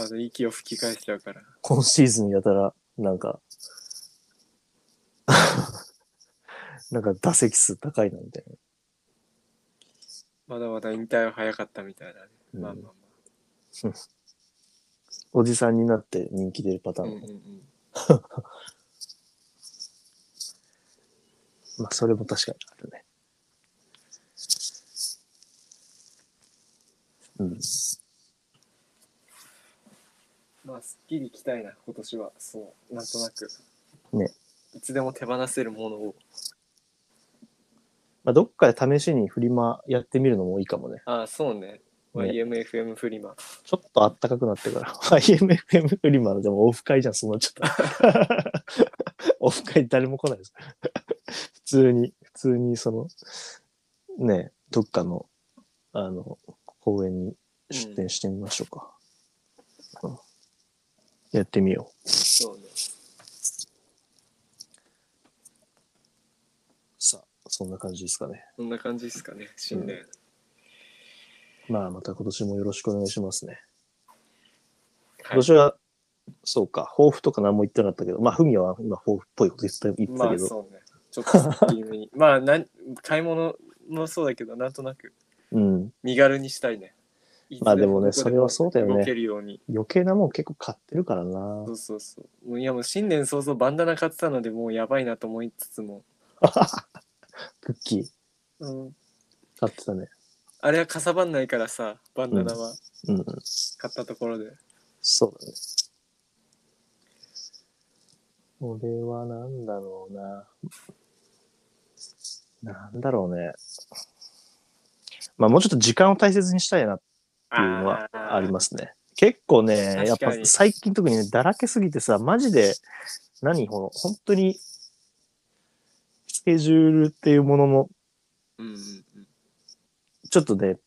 Speaker 2: まず息を吹き返しちゃうから。
Speaker 1: 今シーズンやたら、なんか、なんか打席数高いなみたい
Speaker 2: まだまだ引退は早かったみたいなね。
Speaker 1: な。
Speaker 2: まあ
Speaker 1: うん
Speaker 2: まあ
Speaker 1: おじさんになって人気出るパタ
Speaker 2: ま
Speaker 1: ー
Speaker 2: あ。
Speaker 1: ン
Speaker 2: う
Speaker 1: も、
Speaker 2: んうんうん。
Speaker 1: まあそれも確かにあるね。うん。
Speaker 2: まあ、すっきり着たいな、今年は。そう、なんとなく。
Speaker 1: ね。
Speaker 2: いつでも手放せるものを。
Speaker 1: まあどっかで試しにフリマやってみるのもいいかもね。
Speaker 2: ああ、そうね。YMFM フリマ。
Speaker 1: ちょっとあったかくなってから。IMFM フリマでもオフ会じゃん、そうなっちゃ った。オフ会誰も来ないです。普通に、普通にその、ねえ、どっかの、あの、公園に出
Speaker 2: うん
Speaker 1: 店してみましょうか。うんやってみよ
Speaker 2: そうね。
Speaker 1: そんな感じですかね。
Speaker 2: そんな感じですかね、新年。
Speaker 1: まあ、また今年もよろしくお願いしますね。
Speaker 2: はい
Speaker 1: 今年は、そうか、抱負とか何も言ってなかったけど、まあ、ふみは今、抱負っぽいこと言ってた言ってた
Speaker 2: ま
Speaker 1: け
Speaker 2: あ
Speaker 1: ど、
Speaker 2: そうね。ちょっとスッキリめに。 まあなん買い物もそうだけど、なんとなく
Speaker 1: うん。
Speaker 2: 身軽にしたいね。いつ
Speaker 1: まあでもね
Speaker 2: どこ
Speaker 1: それはそうだよね
Speaker 2: 動けるように。
Speaker 1: 余計なもん結構買ってるからな
Speaker 2: そ。うそうそう。もういやもう新年早々バンダナ買ってたので、もうやばいなと思いつつも。
Speaker 1: クッキー
Speaker 2: うん、
Speaker 1: 買ってたね。
Speaker 2: あれはかさばんないからさ、バンダナは
Speaker 1: うんうん。
Speaker 2: 買ったところで。
Speaker 1: そうだね。俺はなんだろうな。なんだろうね。まあもうちょっと時間を大切にしたいなっていうのはありますね。結構ね、やっ
Speaker 2: 確
Speaker 1: ぱ
Speaker 2: かに
Speaker 1: 最近特にね、だらけすぎてさ、マジで、何、ほの本当に、スケジュールっていうものの、
Speaker 2: うんうんうん。
Speaker 1: ちょっとね、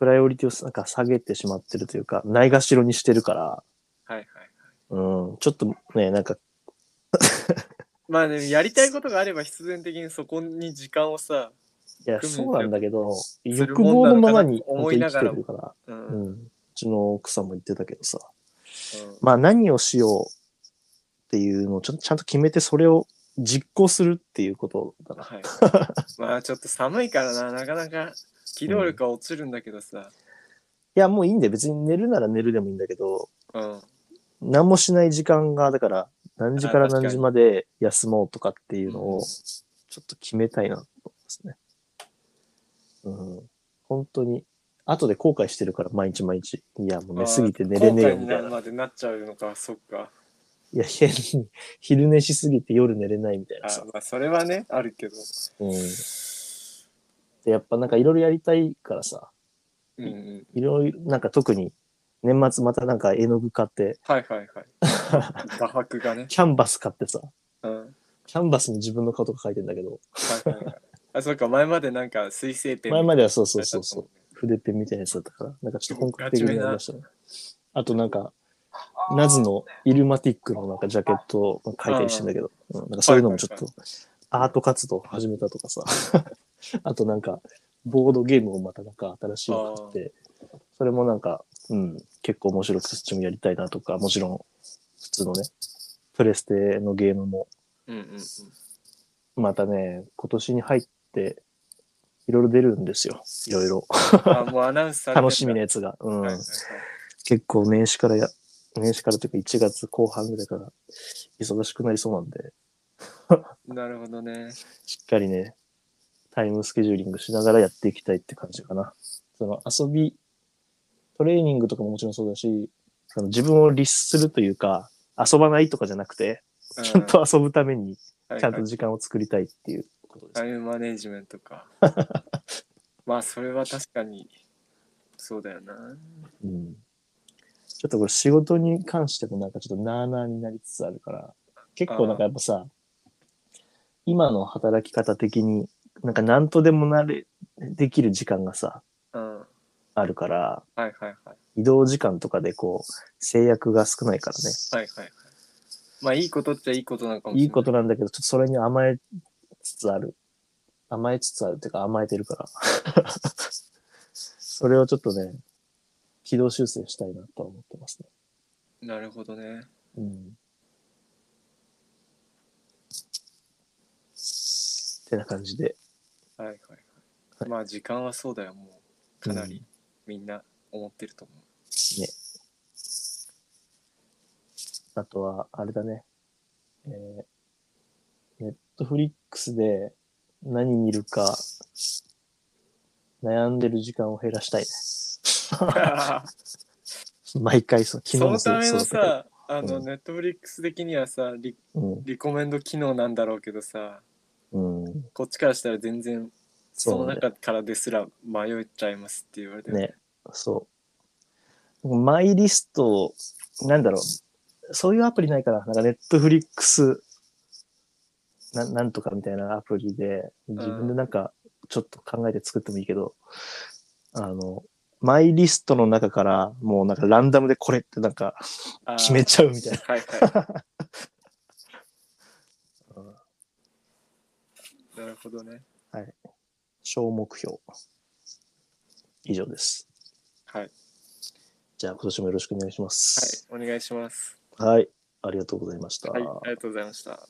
Speaker 1: プライオリティをなんか下げてしまってるというか、ないがしろにしてるから、
Speaker 2: はいはい。
Speaker 1: うん、ちょっとね、なんか、
Speaker 2: まあね、やりたいことがあれば必然的にそこに時間をさ、
Speaker 1: いや、
Speaker 2: 組む
Speaker 1: そうなんだけど、
Speaker 2: する
Speaker 1: 欲
Speaker 2: もん
Speaker 1: 望
Speaker 2: な
Speaker 1: の
Speaker 2: の
Speaker 1: ま
Speaker 2: かな
Speaker 1: まに
Speaker 2: と思いながら
Speaker 1: 本当に生きてるから、
Speaker 2: うん
Speaker 1: う
Speaker 2: うん
Speaker 1: ん。うちの奥さんも言ってたけどさ、
Speaker 2: うん
Speaker 1: まあ何をしようっていうのをちょっとちゃんと決めて、それを実行するっていうことだな。
Speaker 2: はい、まあちょっと寒いからななかなか機動力は落ちるんだけどさ、
Speaker 1: いや、もういいんだよ。別に寝るなら寝るでもいいんだけど、
Speaker 2: うん
Speaker 1: 何もしない時間が、だから、何時から
Speaker 2: あ確かに
Speaker 1: 何時まで休もうとかっていうの
Speaker 2: う
Speaker 1: を
Speaker 2: ん、
Speaker 1: ちょっと決めたいなと思いますね。うん。本当に、後で後悔してるから、毎日毎日。いや、もう寝すぎて寝れねえよ、みたい
Speaker 2: 後悔にる
Speaker 1: な。
Speaker 2: までなっちゃうのかそっか
Speaker 1: いや、変に、昼寝しすぎて夜寝れないみたい
Speaker 2: あ
Speaker 1: なさ。
Speaker 2: まあそれはねあるけど、
Speaker 1: うん。で、やっぱなんかいろいろやりたいからさ、
Speaker 2: うんうん、
Speaker 1: いろいろ、なんか特に、年末またなんか絵の具買って、
Speaker 2: はい はいはい画伯がね、
Speaker 1: キャンバス買ってさ、
Speaker 2: うんは
Speaker 1: キャンバスに自分の顔とか書いてんだけど、
Speaker 2: いはいはい、あそっか前までなんか水性ペン
Speaker 1: 前ま
Speaker 2: で
Speaker 1: ではそうそうそうそう、筆ペンみたいなやつだったから、なんかちょっと本格的になりましたね。あとなんか、ナズのイルマティックのなんかジャケットを描いたりしてんだけど、うんなんかそういうのもちょっとアート活動を始めたとかさ、 あとなんかボードゲームをまたなんか新しいの買って、それもなんか、うん、結構面白くそっちもやりたいなとか、もちろん普通のね、プレステのゲームも
Speaker 2: うんうんうん、
Speaker 1: またね、今年に入っていろいろ出るんですよ、いろいろ。
Speaker 2: あもうアナウンスされてんだ
Speaker 1: 楽しみな、やつが。うん。
Speaker 2: はいはいはい
Speaker 1: 結構年始からや、年始からというか1月後半ぐらいから忙しくなりそうなんで、
Speaker 2: なるほどね
Speaker 1: しっかりね、タイムスケジューリングしながらやっていきたいって感じかな。その遊び、トレーニングとかももちろんそうだし、その自分を律するというか、遊ばないとかじゃなくて、
Speaker 2: うん
Speaker 1: ちゃんと遊ぶために、
Speaker 2: はい
Speaker 1: ちゃん
Speaker 2: は
Speaker 1: と
Speaker 2: い
Speaker 1: 時間を作りたいっていうことです。
Speaker 2: タイムマネジメント かまあそれは確かにそうだよな
Speaker 1: うん。ちょっとこれ仕事に関してもなんかちょっとなーなーになりつつあるから、結構なんかやっぱさ、今の働き方的に、なんか何とでもなれ、できる時間がさ、
Speaker 2: うん
Speaker 1: あるから、
Speaker 2: はいはいはい。
Speaker 1: 移動時間とかでこう、制約が少ないからね。
Speaker 2: はいはいはい。まあいいことっちゃいいことなのかもしれない。
Speaker 1: いいことなんだけど、ちょっとそれに甘えつつある。甘えつつあるっていうか甘えてるから。 それをちょっとね、軌道修正したいなとは思ってますね。
Speaker 2: なるほどね。
Speaker 1: うんってな感じで。
Speaker 2: はいはいはい。
Speaker 1: はい
Speaker 2: まあ時間はそうだよ、もう。かなりみんな思ってる と思う。
Speaker 1: あとは、あれだね。えネットフリックスで何見るか悩んでる時間を減らしたい ね。毎回そう、昨日
Speaker 2: そ
Speaker 1: も
Speaker 2: のための
Speaker 1: そうだ
Speaker 2: さ、あの、
Speaker 1: うん
Speaker 2: ネットフリックス的にはさリ、
Speaker 1: けど
Speaker 2: リコメンド機能なんだろうけどさ、
Speaker 1: うん。うん。
Speaker 2: こっちからしたら全然、そ
Speaker 1: そう
Speaker 2: の
Speaker 1: なんだ
Speaker 2: 中からですら迷っちゃいますって言われてる。
Speaker 1: ね、そう。マイリスト、なんだろう。そういうアプリないから、なんかネットフリックス、ななんとかみたいなアプリで、自分でなんか、ちょっと考えて作ってもいいけど、あの、マイリストの中から、もうなんかランダムでこれってなんか
Speaker 2: あー
Speaker 1: 決めちゃうみたいな。
Speaker 2: はい はい。なるほどね。
Speaker 1: 小目標。以上です。
Speaker 2: はい。はい。
Speaker 1: じゃあ今年もよろしくお願いします。
Speaker 2: お願いします。
Speaker 1: はい。ありがとうございました。
Speaker 2: はい。ありがとうございました。